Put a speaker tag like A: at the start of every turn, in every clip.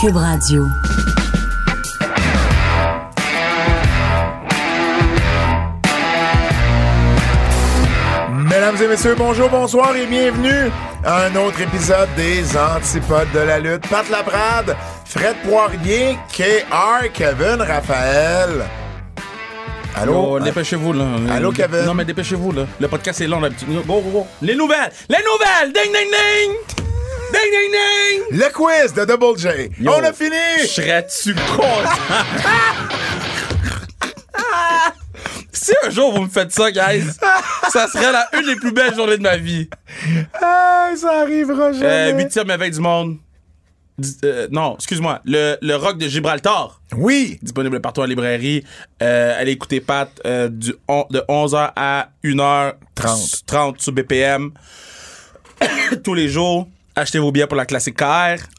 A: Cube Radio.
B: Mesdames et messieurs, bonjour, bonsoir et bienvenue à un autre épisode des Antipodes de la lutte. Pat Laprade, Fred Poirier, KR, Kevin, Raphaël. Allô?
C: Oh, dépêchez-vous, là.
B: Allô, Kevin?
C: Non, mais dépêchez-vous, là. Le podcast est long, là. Go, go, go. Les nouvelles! Les nouvelles! Ding, ding, ding! Ding, ding, ding!
B: Le quiz de Double J.
C: Yo.
B: On a fini!
C: Serais-tu content? si un jour vous me faites ça, guys, ça serait la une des plus belles journées de ma vie.
B: Ah, ça arrivera jamais.
C: Euh, Huitième éveil du monde. Dix- euh, non, excuse-moi. Le, le rock de Gibraltar.
B: oui!
C: disponible partout en librairie. Euh, allez écouter Pat euh, du on- de 11h à 1h30
B: 30.
C: 30 sur BPM tous les jours. Achetez vos billets pour la classique KR.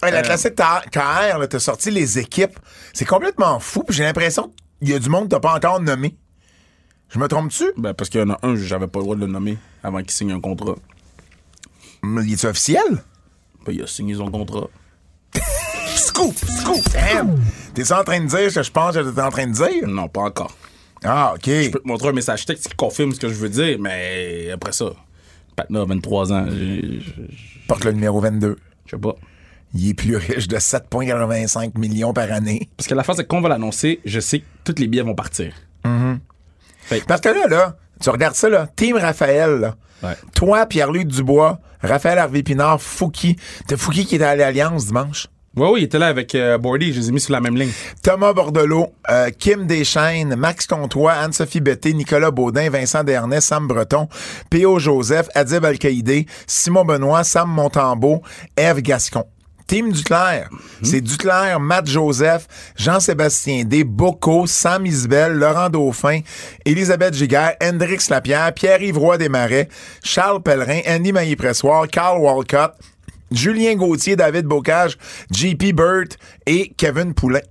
B: Hey, la
C: Euh,
B: classique ta- KR, là, t'as sorti les équipes. C'est complètement fou, puis j'ai l'impression qu'il y a du monde que t'as pas encore nommé. Je me trompe-tu?
C: ben, parce qu'il y en a un, j'avais pas le droit de le nommer avant qu'il signe un contrat.
B: Mais Il est officiel?
C: Ben, il a signé son contrat.
B: Scoop! Scoop! Damn! T'es en train de dire ce que je pense que t'es en train de dire?
C: Non, pas encore.
B: Ah, OK.
C: Je peux te montrer un message texte qui confirme ce que je veux dire, mais après ça, Patna a 23 ans. Je je-
B: Porte le numéro 22.
C: je sais pas.
B: Il est plus riche de 7,85 millions par année.
C: Parce que la phase c'est qu'on va l'annoncer, je sais que tous les billets vont partir.
B: Parce que là, là, tu regardes ça, là, Team Raphaël, là.
C: Ouais.
B: Toi, Pierre-Luc Dubois, Raphaël Harvey Pinard, Fouki. T'as Fouki qui était à l'Alliance dimanche.
C: Ouais, oui, il était là avec euh, Bordy, je les ai mis sur la même ligne.
B: Thomas Bordelot, euh, Kim Deschaines, Max Comtois, Anne-Sophie Betté, Nicolas Baudin, Vincent Dernay, Sam Breton, P.O. Joseph, Adib al Simon Benoît, Sam Montambeau, Eve Gascon. Team Duclair, c'est Duclair, Matt Joseph, Jean-Sébastien D, Bocco, Sam Isbel, Laurent Dauphin, Elisabeth Giguère, Hendrix Lapierre, Pierre-Yves Roy Desmarais, Charles Pellerin, Annie Maillé-Pressoir, Carl Walcott, Julien Gauthier, David Bocage, JP Burt et Kevin Poulin.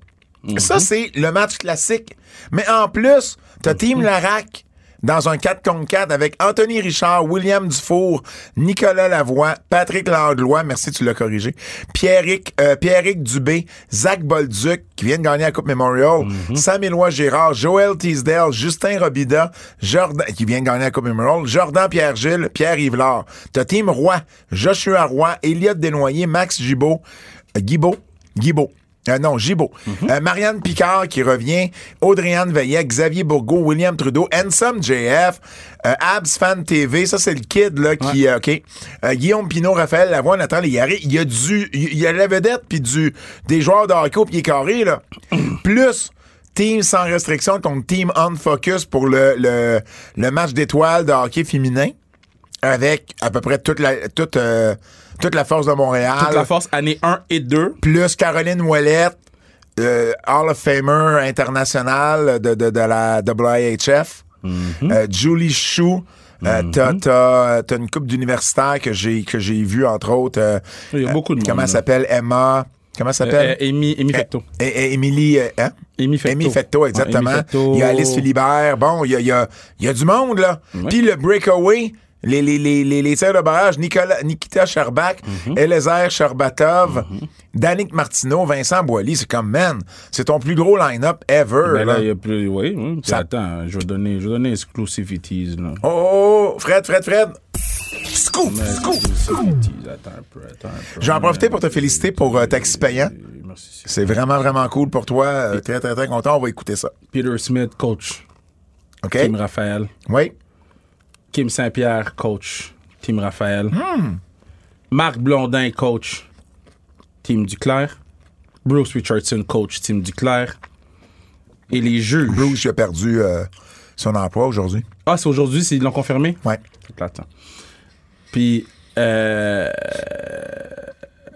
B: Ça, c'est le match classique. Mais en plus, t'as Team Larac dans un 4 contre 4 avec Anthony Richard, William Dufour, Nicolas Lavoie, Patrick Langlois, merci, tu l'as corrigé, Pierrick, euh, Pierrick Dubé, Zach Bolduc, qui vient de gagner la Coupe Memorial, Sam Éloi Gérard, Joël Teasdale, Justin Robida, Jordan, qui vient de gagner la Coupe Memorial, Jordan Pierre-Gilles, Pierre Yvelard. T'as Team Roy, Joshua Roy, Elliot Desnoyers, Max Gibault, euh, Guibault, Guibault. Euh, non, Gibault.
C: Mhm.
B: Euh, Marianne Picard qui revient, Audriane Veillet, Xavier Bourgault, William Trudeau, Ensom JF, euh, Abs Fan TV, ça c'est le kid là qui euh, OK. Euh, Guillaume Pinot, Raphaël Lavoie, Nathan Légaré, il y a du il y a la vedette puis du des joueurs de hockey au pied carré là. Plus Team sans restriction contre Team on focus pour le, le, le match d'étoiles de hockey féminin avec à peu près toute la toute euh, toute la force de Montréal
C: Toute la force, année 1 et 2.
B: plus Caroline Ouellette, euh, Hall of Famer international de, de, de la WIHF,
C: Mhm.
B: euh, Julie Chou. euh, t'as- T'as t'as une coupe d'universitaires que j'ai que j'ai vue, entre autres. euh,
C: Il y a beaucoup de
B: Comment
C: monde,
B: elle s'appelle? Emma. Comment elle
C: Euh,
B: s'appelle?
C: Amy, Amy Fecto.
B: Eh, eh, Émilie. euh, hein?
C: Amy Fecto.
B: Amy Fecto,
C: Ouais,
B: exactement.
C: Amy Fecto.
B: Il y a Alice Philibert. Bon, il y a, il y a- il y a du monde, là. Puis le breakaway, les, les, les, les, les tirs de barrage, Nicolas, Nikita Sherbak,
C: Mhm.
B: Eliezer Sherbatov, Danick Martineau, Vincent Boilly. C'est comme, man, c'est ton plus gros line-up ever.
C: Ben là,
B: là.
C: il y a plus. Oui, oui. Puis
B: Ça-
C: Attends, je vais donner, je vais donner exclusivities, là.
B: Oh, oh, oh, Fred, Fred, Fred. Scoop,
C: Mais
B: scoop.
C: exclusivities, attends un peu, attends un peu.
B: Je vais en profiter pour te féliciter pour euh, Taxi Payant.
C: Merci.
B: C'est vraiment, vraiment cool pour toi. Euh, Très, très, très content. On va écouter ça.
C: Peter Smith, coach.
B: OK?
C: Team Raphaël.
B: Oui.
C: Kim Saint-Pierre, coach. Team Raphaël.
B: Hmm.
C: Marc Blondin, coach. Team Duclair. Bruce Richardson, coach. Team Duclair. Et les juges.
B: Bruce il a perdu euh, son emploi aujourd'hui.
C: Ah, c'est aujourd'hui, c'est- ils l'ont confirmé?
B: Ouais.
C: Éclatant. Puis, euh,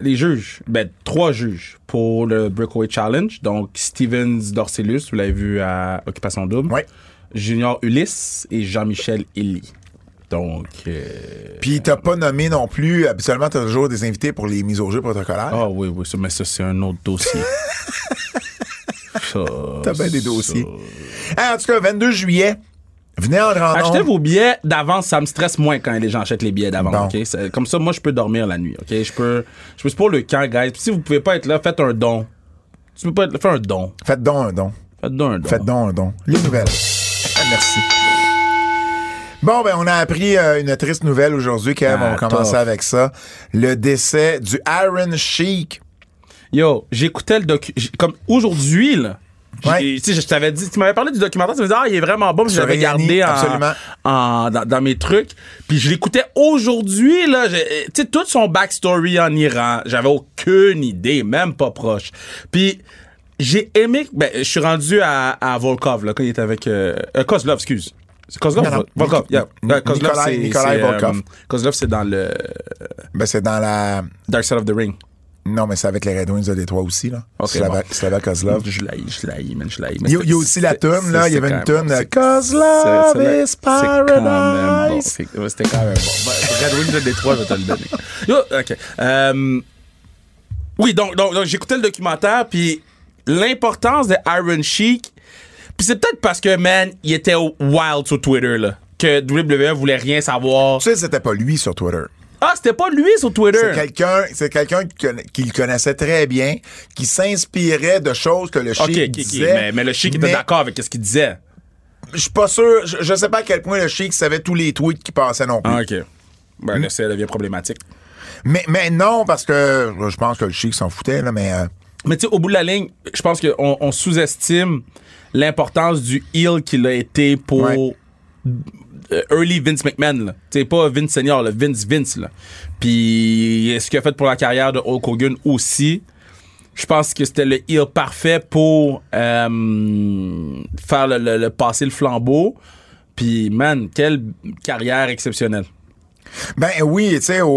C: les juges, ben, trois juges pour le Breakaway Challenge. Donc, Stevens Dorcellus, vous l'avez vu à Occupation Double.
B: Ouais.
C: Junior Ulysse et Jean-Michel Illy. Donc, euh,
B: Puis t'as pas nommé non plus, habituellement t'as toujours des invités pour les mises au jeu protocolaires.
C: ah oui, oui, ça, mais ça, c'est un autre dossier. Ça,
B: T'as bien des
C: ça.
B: dossiers. Ah, en tout cas, 22 juillet, venez en grand
C: Achetez
B: nombre.
C: vos billets d'avance, ça me stresse moins quand les gens achètent les billets
B: Bon.
C: d'avance. ok? C'est- Comme ça, moi, je peux dormir la nuit. ok? Je peux, je peux c'est pour le camp, guys. Puis si vous pouvez pas être là, faites un don Tu peux pas être- fais un don.
B: Faites donc un don.
C: Faites donc un don.
B: Faites donc un don. Les nouvelles. Ah, Merci. Bon, ben, on a appris euh, une triste nouvelle aujourd'hui, Kev.
C: Ah,
B: on commençait
C: tough.
B: avec ça. Le décès du Iron Sheik.
C: Yo, j'écoutais le docu. j'ai- Comme aujourd'hui, là. j'ai-
B: Ouais.
C: Tu sais, je t'avais dit, tu m'avais parlé du documentaire, tu me disais, ah, il est vraiment bon, puis je
B: Sur
C: l'avais
B: Yanni,
C: gardé en-
B: absolument.
C: en- dans, dans mes trucs. Puis je l'écoutais aujourd'hui, là. j'ai- Tu sais, toute son backstory en Iran, j'avais aucune idée, même pas proche. Puis j'ai aimé. Ben, je suis rendu à, à Volkov, là, quand il était avec. Euh, euh, Kozlov, excuse. C'est Kozlov?
B: Non, non.
C: Vol- Volkov, yeah.
B: Ni-
C: Ouais, Kozlov,
B: Nikolai-
C: c'est-
B: Nikolai
C: c'est, euh,
B: Volkov.
C: Kozlov, c'est dans le
B: Ben, c'est dans la.
C: Dark Side of the Ring.
B: Non, mais c'est avec les Red Wings de Détroit aussi, là.
C: Ok,
B: Slava,
C: bon.
B: Slava Kozlov.
C: Ah, Je l'ai, je l'ai, man, je l'ai.
B: Il y a- il y a aussi la toune, là, il y avait une toune, Cause love is paradise.
C: C'était quand même bon. Ben, Red Wings de Détroit, je vais te le donner. Yo, OK. Euh, oui, donc, donc, donc, j'écoutais le documentaire, puis l'importance de Iron Sheik, puis c'est peut-être parce que, man, il était wild sur Twitter, là, que WWE voulait rien savoir.
B: Tu sais, c'était pas lui sur Twitter.
C: Ah, c'était pas lui sur
B: C'est
C: Twitter.
B: quelqu'un, c'est quelqu'un qui conna- qu'il connaissait très bien, qui s'inspirait de choses que le Chic
C: OK, OK, ok,
B: disait.
C: mais, mais le Sheik était
B: mais
C: d'accord avec ce qu'il disait.
B: Je suis pas sûr, je, je sais pas à quel point le Chic savait tous les tweets qui passaient non plus.
C: Ah, OK. Ben,
B: Hmm?
C: là, ça devient problématique.
B: Mais, mais non, parce que je pense que le Chic s'en foutait, là, mais euh,
C: Mais tu sais, au bout de la ligne, je pense qu'on on sous-estime l'importance du heel qu'il a été pour
B: Ouais.
C: euh, early Vince McMahon. là. Tu sais, pas Vince Senior, là, Vince Vince. Là. Puis ce qu'il a fait pour la carrière de Hulk Hogan aussi, je pense que c'était le heel parfait pour euh, faire le, le- le- passer le flambeau. Puis man, quelle carrière exceptionnelle.
B: Ben oui, tu sais, au, au-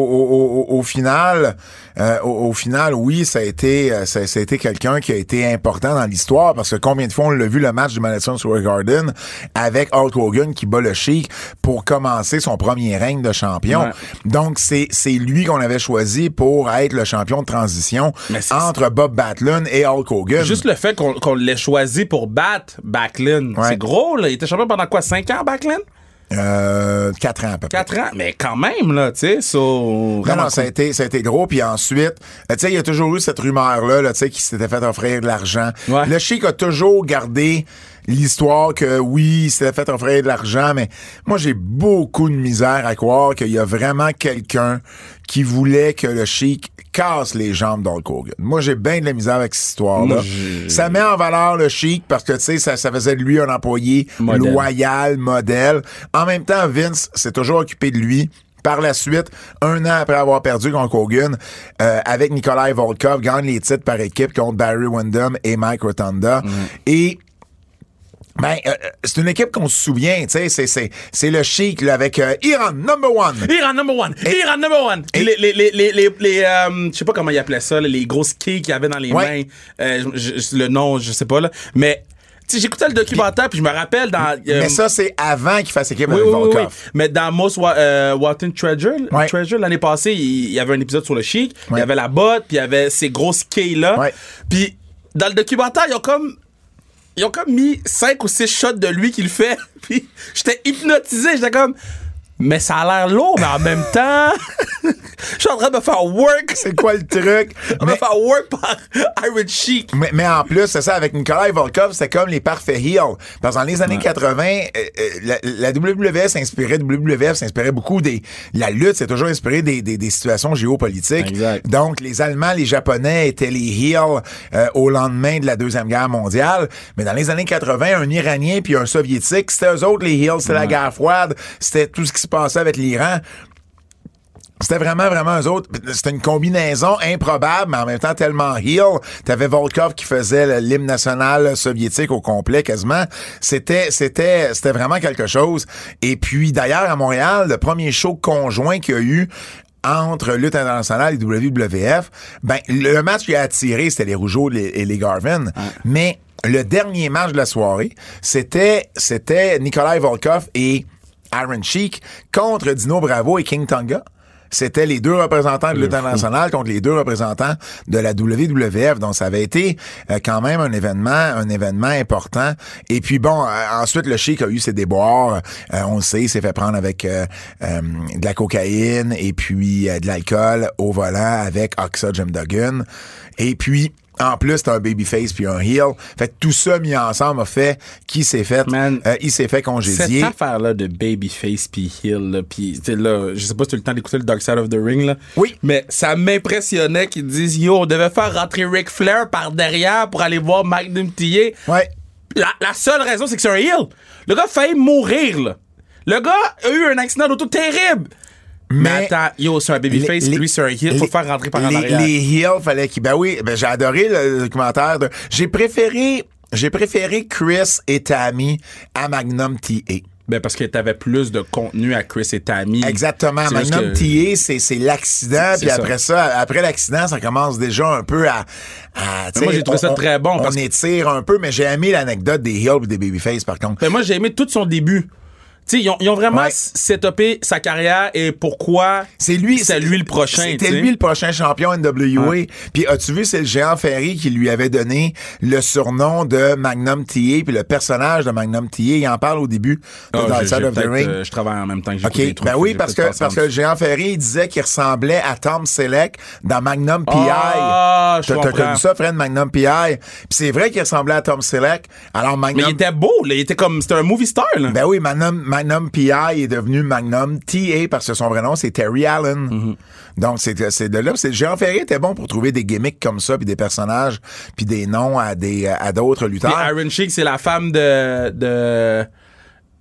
B: au- au final, euh, au, au final, oui, ça a été, euh, ça, ça a été quelqu'un qui a été important dans l'histoire parce que combien de fois on l'a vu le match du Madison Square Garden avec Hulk Hogan qui bat le Chic pour commencer son premier règne de champion.
C: Ouais.
B: Donc c'est c'est lui qu'on avait choisi pour être le champion de transition
C: Mais c'est-
B: entre Bob Batlin et Hulk Hogan.
C: Juste le fait qu'on qu'on l'ait choisi pour battre Backlund,
B: Ouais.
C: c'est gros là. Il était champion pendant quoi, 5 ans Backlund?
B: Euh, quatre ans à peu près.
C: 4 ans, mais quand même, là, tu sais, so,
B: Non,
C: vraiment
B: non, ça a
C: cool.
B: été, ça a été gros. Puis ensuite, euh, tu sais, il y a toujours eu cette rumeur-là, là, tu sais, qu'il s'était fait offrir de l'argent.
C: Ouais.
B: Le Chic a toujours gardé l'histoire que oui, il s'était fait offrir de l'argent, mais moi, j'ai beaucoup de misère à croire qu'il y a vraiment quelqu'un qui voulait que le Chic casse les jambes dans le Hogan. Moi, j'ai bien de la misère avec cette histoire-là.
C: Moi, j'ai-
B: Ça met en valeur le Chic parce que, tu sais, ça, ça faisait de lui un employé
C: Modèle.
B: loyal, modèle. En même temps, Vince s'est toujours occupé de lui. Par la suite, un an après avoir perdu contre Hogan, euh, avec Nikolai Volkov, gagne les titres par équipe contre Barry Windham et Mike Rotunda.
C: Mm.
B: Et ben, euh, euh, c'est une équipe qu'on se souvient, tu sais, c'est, c'est, c'est le chic là, avec euh, Iran number one.
C: Iran number one! Iran number one!
B: et-
C: les, les, les, les, les, les, euh, je sais pas comment ils appelaient ça, là, les grosses quilles qu'il y avait dans les
B: Ouais.
C: mains. Euh, je- je- le nom, je sais pas, là. Mais, tu sais, j'écoutais le documentaire, puis je me rappelle dans. euh,
B: Mais ça, c'est avant qu'il fasse équipe
C: oui,
B: avec
C: oui, oui,
B: Volkov.
C: oui. Mais dans Most Wa- euh, Wanted Treasure,
B: Ouais.
C: Treasure l'année passée, il il y avait un épisode sur le chic. Il
B: Ouais.
C: y avait la botte, puis il y avait ces grosses quilles-là.
B: Ouais.
C: Puis dans le documentaire, ils ont comme. Ils ont comme mis 5 ou 6 shots de lui qu'il fait. Puis j'étais hypnotisé. J'étais comme. Mais ça a l'air lourd, mais en même temps. Je suis en train de me faire work.
B: C'est quoi le truc?
C: On me
B: Mais-
C: faire work par Iron Chic.
B: Mais, mais en plus, c'est ça, avec Nikolai Volkov, c'est comme les parfaits heels. Parce que dans les années 80, euh, euh, la, la WWE s'inspirait, WWF s'inspirait beaucoup des... La lutte s'est toujours inspirée des, des, des situations géopolitiques.
C: Exact.
B: Donc, les Allemands, les Japonais étaient les heels euh, au lendemain de la Deuxième Guerre mondiale. Mais dans les années 80, un Iranien puis un Soviétique, c'était eux autres les heels, c'était la guerre froide, c'était tout ce qui se passait avec l'Iran. C'était vraiment, vraiment eux autres. C'était une combinaison improbable, mais en même temps tellement heel. T'avais Volkov qui faisait le- l'hymne national soviétique au complet, quasiment. C'était, c'était, c'était vraiment quelque chose. Et puis, d'ailleurs, à Montréal, le premier show conjoint qu'il y a eu entre Lutte internationale et WWF, ben, le match qui a attiré, c'était les Rougeaux et les- et les Garvin. Mais le dernier match de la soirée, c'était, c'était Nikolai Volkov et Iron Sheik contre Dino Bravo et King Tonga. C'était les deux représentants de lutte internationale contre les deux représentants de la WWF. Donc, ça avait été euh, quand même un événement, un événement important. Et puis bon, euh, ensuite, le Chic a eu ses déboires. Euh, on le sait, il s'est fait prendre avec euh, euh, de la cocaïne et puis euh, de l'alcool au volant avec Oxa Jim Duggan. Et puis, En plus, t'as un babyface puis un heel. Fait que tout ça mis ensemble a fait qu'il s'est fait,
C: Man.
B: euh, il s'est fait
C: Cette
B: congédier.
C: affaire-là de Babyface puis Hill, là, puis tu sais, là, je sais pas si tu as le temps d'écouter le Dark Side of the Ring, là.
B: Oui.
C: Mais ça m'impressionnait qu'ils disent Yo, on devait faire rentrer Ric Flair par derrière pour aller voir Magnum Tillier.
B: Ouais.
C: La, la seule raison, c'est que c'est un Hill. Le gars failli mourir, là. Le gars a eu un accident d'auto terrible. Mais,
B: Mais-
C: attends, yo, c'est un Babyface,
B: Les-
C: lui, c'est un Hill. Faut
B: les-
C: faire rentrer par en
B: les,
C: arrière.
B: Les heels, fallait qu'ils. Ben oui, ben j'ai adoré le documentaire. de- J'ai préféré, j'ai préféré Chris et Tammy à Magnum TA.
C: Ben, parce que t'avais plus de contenu à Chris et Tammy.
B: Exactement.
C: C'est juste
B: Magnum
C: que-
B: TA, c'est c'est l'accident.
C: C'est
B: Puis
C: ça.
B: après ça, après l'accident, ça commence déjà un peu à. à, tu
C: moi,
B: sais,
C: j'ai trouvé
B: on-
C: ça
B: on-
C: très bon
B: On
C: parce que-
B: étire un peu, mais j'ai aimé l'anecdote des heels et des babyface, par contre.
C: Mais Ben, moi, j'ai aimé tout son début. Tu sais, ils ont, ils ont vraiment
B: Ouais.
C: s- setupé sa carrière et pourquoi
B: C'est lui.
C: c'est lui le prochain.
B: C'était
C: tu sais.
B: lui le prochain champion NWA. Puis as-tu vu, c'est le géant Ferry qui lui avait donné le surnom de Magnum T.A. Puis le personnage de Magnum T.A. Il en parle au début de
C: Ah,
B: Dark
C: j'ai-
B: Side
C: j'ai
B: of the
C: peut-être,
B: Ring.
C: euh, je travaille en même temps que j'ai
B: OK. Ben oui, parce que, parce que le géant Ferry, il disait qu'il ressemblait à Tom Selleck dans Magnum P.I.
C: Ah, je
B: T'as- T'as
C: comprends.
B: connu ça, Fred, Magnum P.I. Puis c'est vrai qu'il ressemblait à Tom Selleck. Alors,
C: Mais
B: Magnum
C: il était beau, là. Il était comme. C'était un movie star, là.
B: ben oui, Magnum, Magnum P.I. est devenu Magnum T.A. parce que son vrai nom, c'est Terry Allen. Donc, c'est c'est de là. c'est- Jean Ferré était bon pour trouver des gimmicks comme ça, puis des personnages, puis des noms à des à d'autres
C: Puis
B: lutteurs.
C: Iron Sheik, c'est la femme de. de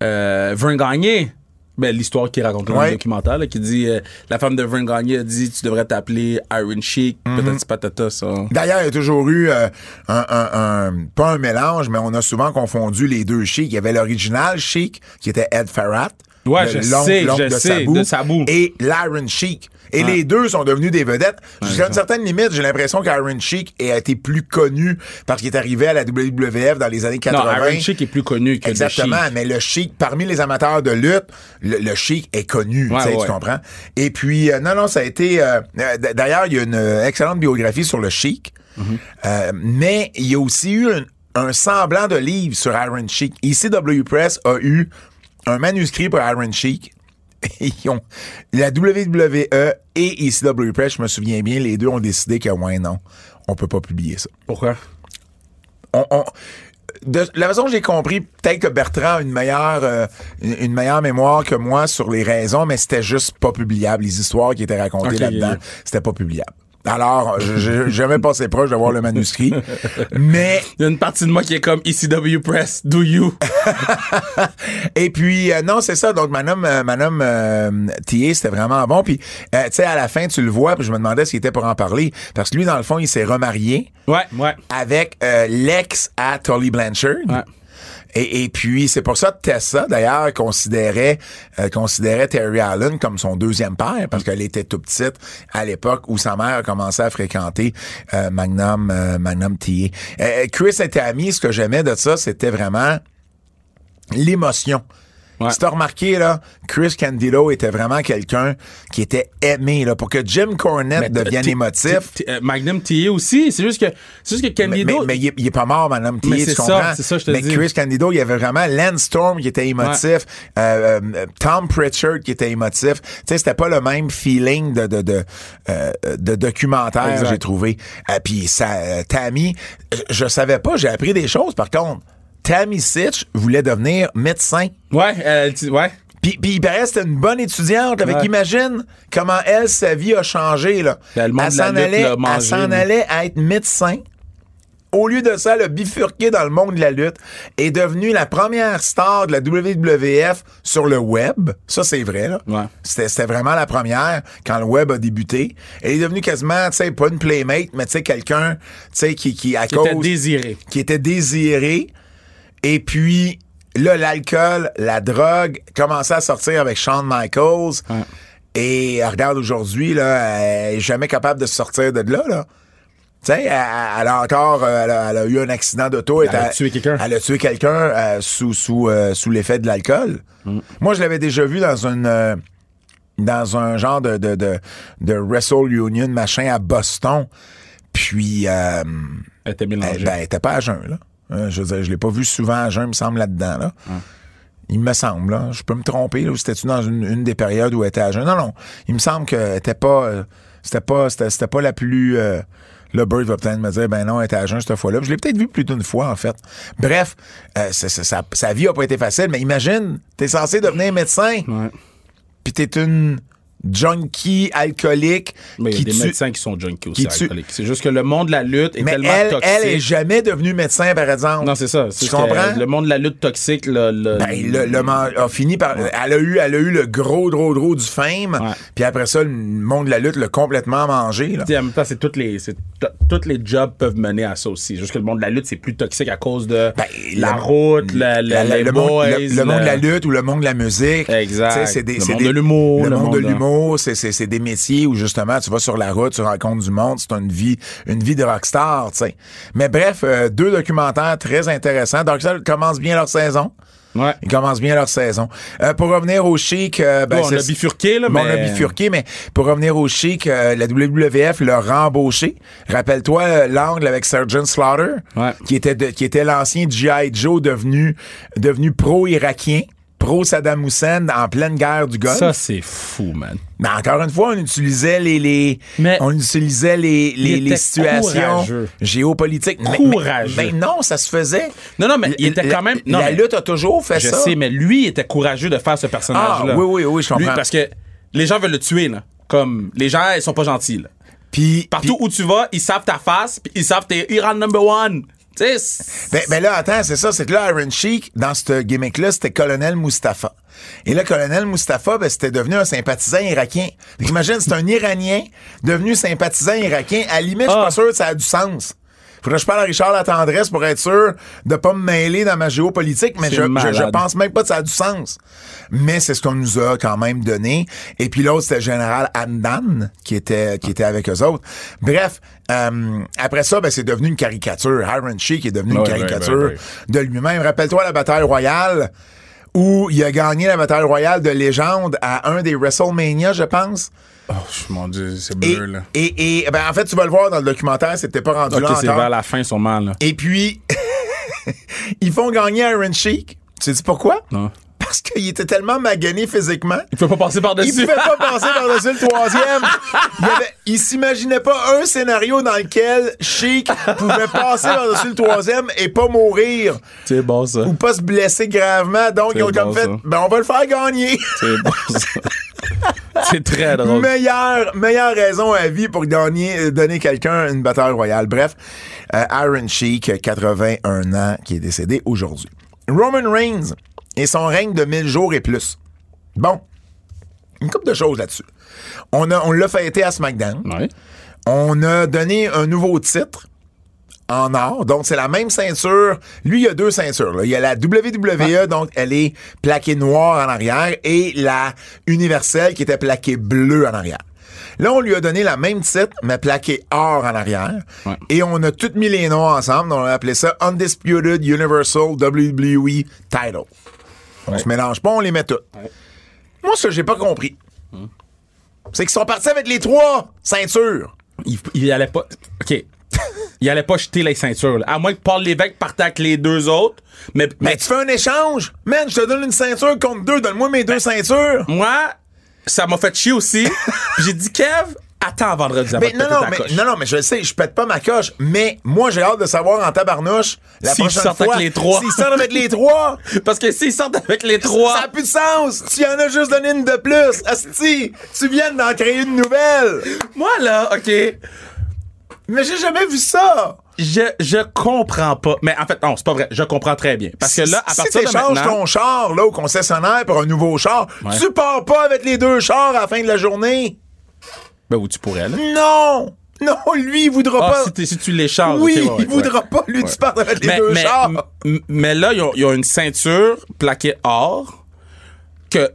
C: euh, Vern Gagné. Ben, l'histoire qu'il raconte dans
B: Ouais.
C: le documentaire, là, qui dit euh, la femme de Vern Gagné a dit tu devrais t'appeler Iron Sheik,
B: Mhm.
C: peut-être patata, ça.
B: D'ailleurs, il y a toujours eu euh, un, un- un- pas un mélange, mais on a souvent confondu les deux Chic. Il y avait l'original Chic, qui était Ed Farrat.
C: Ouais,
B: le
C: je
B: l'oncle-
C: sais,
B: l'oncle
C: je sais, de Sabu.
B: Et l'Iron Chic. Et
C: Ouais.
B: les deux sont devenus des vedettes. Jusqu'à une certaine limite, j'ai l'impression qu'Iron Chic a été plus connu parce qu'il est arrivé à la WWF dans les années 80.
C: Non, Iron Sheik est plus connu que The
B: Exactement,
C: Sheik.
B: mais le chic, parmi les amateurs de lutte, le, le chic est connu,
C: Ouais,
B: tu sais,
C: ouais.
B: tu comprends? Et puis, euh, non, non, ça a été... euh, euh, d- D'ailleurs, il y a une euh, excellente biographie sur le chic,
C: Mm-hmm.
B: Euh, mais il y a aussi eu un, un semblant de livre sur Iron Chic. ICW Press a eu un manuscrit pour Iron Chic. Ils ont, la WWE et ICW Press, je me souviens bien, les deux ont décidé que, ouais, non, on peut pas publier ça
C: Pourquoi?
B: on- on- de la façon que j'ai compris, peut-être que Bertrand a une meilleure, euh, une une meilleure mémoire que moi sur les raisons, mais c'était juste pas publiable. Les histoires qui étaient racontées
C: Ok,
B: là-dedans,
C: yeah.
B: c'était pas publiable. Alors, je- je- j'ai jamais passé proche de voir le manuscrit, mais
C: Il y a une partie de moi qui est comme ECW Press, do you?
B: Et puis, euh, non, c'est ça. Donc, Manom, euh, Manom euh, Thier, c'était vraiment bon. Puis, euh, tu sais, à la fin, tu le vois, puis je me demandais ce qu'il était pour en parler. Parce que lui, dans le fond, il s'est remarié
C: Ouais, ouais.
B: avec euh, l'ex à Tully Blanchard.
C: Ouais.
B: Et, et puis, c'est pour ça que Tessa, d'ailleurs, considérait, euh, considérait Terry Allen comme son deuxième père,
C: Mm.
B: parce qu'elle était tout petite à l'époque où sa mère a commencé à fréquenter euh, Magnum, euh, Magnum T.A. Euh, Chris était ami, ce que j'aimais de ça, c'était vraiment l'émotion.
C: Ouais.
B: Si t'as remarqué, là, Chris Candido était vraiment quelqu'un qui était aimé, là, pour que Jim Cornette
C: Mais, euh,
B: devienne
C: T-
B: émotif.
C: T- euh, Magnum T.A. aussi. C'est juste que, c'est juste que
B: Mais,
C: Candido.
B: mais il, est- il est pas mort, Madame
C: Mais
B: Tillier,
C: c'est
B: tu
C: ça,
B: comprends?
C: c'est ça, je te
B: mais
C: dis.
B: Chris Candido, il y avait vraiment Landstorm qui était émotif,
C: Ouais.
B: euh, euh, Tom Pritchard qui était émotif. Tu sais, c'était pas le même feeling de, de, de, euh, de documentaire,
C: Exact.
B: j'ai trouvé. Euh, Puis ça, euh, Tammy, je- je savais pas, j'ai appris des choses, par contre. Tammy Sitch voulait devenir médecin.
C: Ouais, euh, tu- ouais.
B: Puis, puis il paraît que c'était une bonne étudiante. Fait
C: Ouais.
B: qu'imagine comment elle, sa vie a changé. Là.
C: Ben, le monde
B: elle
C: de la
B: s'en
C: lutte
B: allait,
C: l'a
B: elle
C: mangé,
B: s'en
C: là.
B: allait à être médecin. Au lieu de ça, elle a bifurqué dans le monde de la lutte est devenue la première star de la WWF sur le web. Ça, c'est vrai. Là.
C: Ouais.
B: C'était, c'était vraiment la première quand le web a débuté. Elle est devenue quasiment, tu sais, pas une playmate, mais tu sais, quelqu'un, tu sais, qui, qui, à
C: Qui
B: cause
C: était désiré.
B: qui était désiré. Et puis, là, l'alcool, la drogue, commençait à sortir avec Shawn Michaels.
C: Ouais.
B: Et euh, regarde aujourd'hui, là, elle est jamais capable de se sortir de là, là. Tu sais, elle, elle a encore, euh, elle a, elle a eu un accident d'auto. et
C: Elle a tué quelqu'un.
B: Elle a tué quelqu'un euh, sous, sous, euh, sous l'effet de l'alcool.
C: Mm.
B: Moi, je l'avais déjà vu dans une, euh, dans un genre de, de, de, de Wrestle Union machin à Boston. Puis, euh,
C: Elle était
B: eh
C: mélangée.
B: ben, elle était pas à jeun, là. Hein, je veux dire, je l'ai pas vu souvent à jeun, il me semble, là-dedans, là. Il me semble, là. Je peux me tromper, là, ou c'était-tu dans une, une des périodes où elle était à jeun? Non, non. Il me semble que était pas. euh, C'était pas. C'était, c'était pas la plus. euh, Là, Bird va peut-être me dire, ben non, elle était à jeun cette fois-là. Puis Je l'ai peut-être vu plus d'une fois, en fait. Bref, euh, c'est- c'est- sa, sa vie a pas été facile, mais imagine, t'es censé devenir médecin,
C: Ouais.
B: puis t'es une junkie alcoolique
C: Mais il y a
B: qui
C: des
B: tue-
C: médecins qui sont junkies aussi,
B: qui tue-
C: alcooliques. C'est juste que le monde de la lutte est
B: Mais
C: tellement
B: elle,
C: toxique.
B: elle est jamais devenue médecin, par exemple.
C: Non, c'est ça.
B: Tu
C: C'est
B: comprends?
C: que Le monde de la lutte toxique, le. le-
B: Ben, le, le man- a fini par. Elle a eu, elle a eu le gros, gros, gros du fame.
C: Ouais.
B: Puis après ça, le monde de la lutte l'a complètement mangé. là.
C: Tu sais, en même temps, c'est toutes les, c'est to- toutes les jobs peuvent mener à ça aussi. Juste que le monde de la lutte, c'est plus toxique à cause de
B: Ben,
C: la
B: le-
C: route, la, la-
B: La- la-
C: les
B: le,
C: boys,
B: monde, le- le
C: la-
B: monde de la lutte ou le monde de la musique.
C: Exact.
B: Tu sais, c'est des-
C: Le
B: c'est
C: monde
B: des-
C: de l'humour,
B: Le,
C: le
B: monde de
C: monde de-
B: l'humour, c'est- c'est c'est des métiers où justement tu vas sur la route, tu rencontres du monde, c'est une vie, une vie de rockstar. tu sais. Mais bref, euh, deux documentaires très intéressants. Donc ça commence bien leur saison.
C: Ouais.
B: Ils commencent bien leur saison. Euh, pour revenir au chic, euh, ben,
C: Bon, on
B: c'est-
C: a bifurqué, là,
B: Bon,
C: mais-
B: On a bifurqué, mais pour revenir au chic, euh, la WWF l'a rembauché. Rappelle-toi euh, l'angle avec Sergeant Slaughter,
C: Ouais.
B: qui était de- qui était l'ancien G.I. Joe devenu devenu pro-irakien, pro-Saddam Hussein en pleine guerre du Golfe.
C: Ça, c'est fou, man.
B: Mais encore une fois, on utilisait les, les
C: Mais-
B: on utilisait les, les,
C: Il
B: les
C: était
B: situations
C: courageux.
B: géopolitiques. Mais- mais-
C: Courageux.
B: Mais, non, ça se faisait.
C: Non, non, mais il était
B: La-
C: quand même- non,
B: la
C: mais-
B: lutte a toujours fait
C: Je
B: ça.
C: sais, mais lui il était courageux de faire ce personnage-là.
B: Ah, oui, oui, oui, je comprends.
C: Lui, parce que les gens veulent le tuer, là. Comme, les gens, ils sont pas gentils, là.
B: Puis-
C: Partout où tu vas, ils savent ta face, puis ils savent t'es Iran number one. Tu sais, c'est-
B: Ben, ben là, attends, c'est ça, c'est que là, Iron Sheik, dans ce gimmick-là, c'était Colonel Mustapha. Et là, Colonel Mustapha, ben, c'était devenu un sympathisant irakien. Fait qu'imagine, c'est un Iranien devenu sympathisant irakien. À la limite, je suis
C: Ah.
B: pas sûr que ça a du sens. Faudrait que je parle à Richard Latendresse pour être sûr de pas me mêler dans ma géopolitique, mais
C: C'est
B: je, je,
C: malade.
B: je pense même pas que ça a du sens. Mais c'est ce qu'on nous a quand même donné. Et puis l'autre, c'était le général Hamdan qui était, qui était avec eux autres. Bref, euh, après ça, ben, c'est devenu une caricature. Iron Sheik est devenu une
C: Ouais, ouais,
B: caricature
C: ouais, ouais.
B: de lui-même. Rappelle-toi la bataille royale où il a gagné la bataille royale de légende à un des WrestleMania, je pense.
C: Oh, mon Dieu, c'est
B: Et,
C: bleu, là.
B: et, et, ben, en fait, tu vas le voir dans le documentaire, c'était pas rendu là
C: Ok, c'est
B: encore.
C: vers la fin, sûrement, là.
B: Et puis, ils font gagner Iron Sheik. Tu dis pourquoi?
C: Non.
B: Parce qu'il était tellement magané physiquement.
C: Il peut pas passer
B: Il
C: par-dessus.
B: pouvait pas passer par-dessus le troisième. Il, y avait- il s'imaginait pas un scénario dans lequel Sheik pouvait passer par-dessus le troisième et pas mourir
C: C'est bon, ça.
B: ou pas se blesser gravement. Donc,
C: C'est
B: ils ont comme
C: bon,
B: fait,
C: ça.
B: ben, on va le faire gagner.
C: C'est bon, ça. c'est très drôle.
B: Meilleure, meilleure raison à vie pour gagner, euh, donner quelqu'un une bataille royale. Bref, euh, Iron Sheik, euh, 81 ans, qui est décédé aujourd'hui. Roman Reigns et son règne de 1000 jours et plus. Bon, une couple de choses là-dessus. On a- on l'a fêté à SmackDown.
C: Ouais.
B: On a donné un nouveau titre en or. Donc, c'est la même ceinture. Lui, il y a deux ceintures. là. Il y a la WWE, donc elle est plaquée noire en arrière, et la universelle qui était plaquée bleue en arrière. Là, on lui a donné la même titre, mais plaquée or en arrière.
C: Ouais.
B: Et on a toutes mis les noms ensemble. On a appelé ça Undisputed Universal WWE Title. On se mélange pas, on les met toutes. Moi, ce que j'ai pas compris, c'est qu'ils sont partis avec les trois ceintures.
C: Il, il allait pas. OK. Il allait pas jeter les ceintures, là. À moins que Paul Lévesque parte avec les deux autres. Mais,
B: Mais tu fais un échange. Man, je te donne une ceinture contre deux. Donne-moi mes deux ceintures.
C: Ben, moi, ça m'a fait chier aussi. Puis j'ai dit, Kev, attends vendredi avant
B: Mais
C: de
B: Ben, non,
C: péter
B: non,
C: ta
B: mais,
C: coche.
B: non, non, mais je le sais, je pète pas ma coche. Mais moi, j'ai hâte de savoir en tabarnouche la
C: S'ils
B: prochaine
C: sortent
B: fois.
C: avec les trois.
B: S'ils sortent avec les trois,
C: Parce que s'ils sortent avec les trois,
B: ça n'a plus de sens. Tu y en as juste donné une de plus. Asti, tu viens d'en créer une nouvelle.
C: moi là, ok,
B: Mais j'ai jamais vu ça.
C: je, je comprends pas. Mais en fait, non, c'est pas vrai. Je comprends très bien. Parce que là, à
B: Si
C: partir de
B: t'échanges
C: maintenant,
B: ton char là, au concessionnaire pour un nouveau char,
C: Ouais.
B: tu pars pas avec les deux chars à la fin de la journée.
C: ben où tu pourrais là.
B: Non! Non, lui, il voudra
C: Ah,
B: pas.
C: si, t'es- si tu l'échanges,
B: Oui,
C: Ah, ok, ouais, ouais,
B: il voudra
C: ouais.
B: pas, lui, tu parles avec les
C: mais,
B: deux
C: mais,
B: chars.
C: m- mais là, ils ont, ils ont une ceinture plaquée or que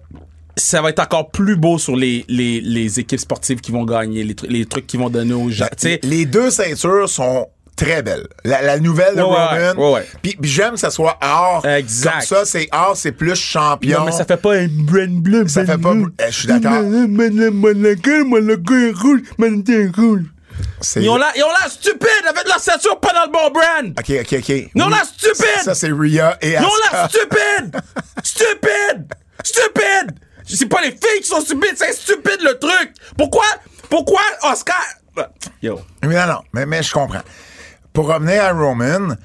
C: ça va être encore plus beau sur les, les, les équipes sportives qui vont gagner, les, tru- les trucs qu'ils vont donner aux gens. Tu sais,
B: les deux ceintures sont très belles. La, la nouvelle de
C: Ouais, ouais,
B: Roman.
C: ouais, ouais.
B: Puis puis j'aime que ça soit or.
C: Exact.
B: Comme ça, c'est or, c'est plus champion.
C: Non, mais ça fait pas un brand bleu.
B: Ça fait pas- Eh, je suis d'accord. C'est-
C: Ils ont l'air ils ont l'air stupides avec leur ceinture pas dans le bon brand.
B: OK, OK, OK.
C: Non,
B: Oui.
C: la stupide!
B: Ça, c'est Rhea et
C: Ils ont
B: Asuka.
C: l'air stupide! Stupide! Stupide! C'est pas les filles qui sont stupides, c'est stupide le truc! Pourquoi, pourquoi Oscar, Yo.
B: Oui, non, non, mais, mais je comprends. Pour revenir à Roman,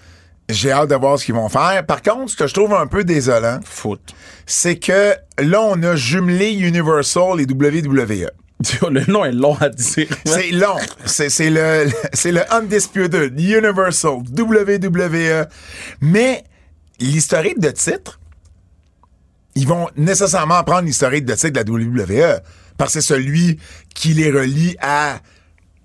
B: j'ai hâte de voir ce qu'ils vont faire. Par contre, ce que je trouve un peu désolant,
C: Foot.
B: c'est que là, on a jumelé Universal et E. WWE.
C: Yo, le nom est long à dire.
B: C'est long. C'est c'est le, c'est le Undisputed, Universal, WWE. Mais l'historique de titre, ils vont nécessairement prendre l'historique de titre de la WWE. Parce que c'est celui qui les relie à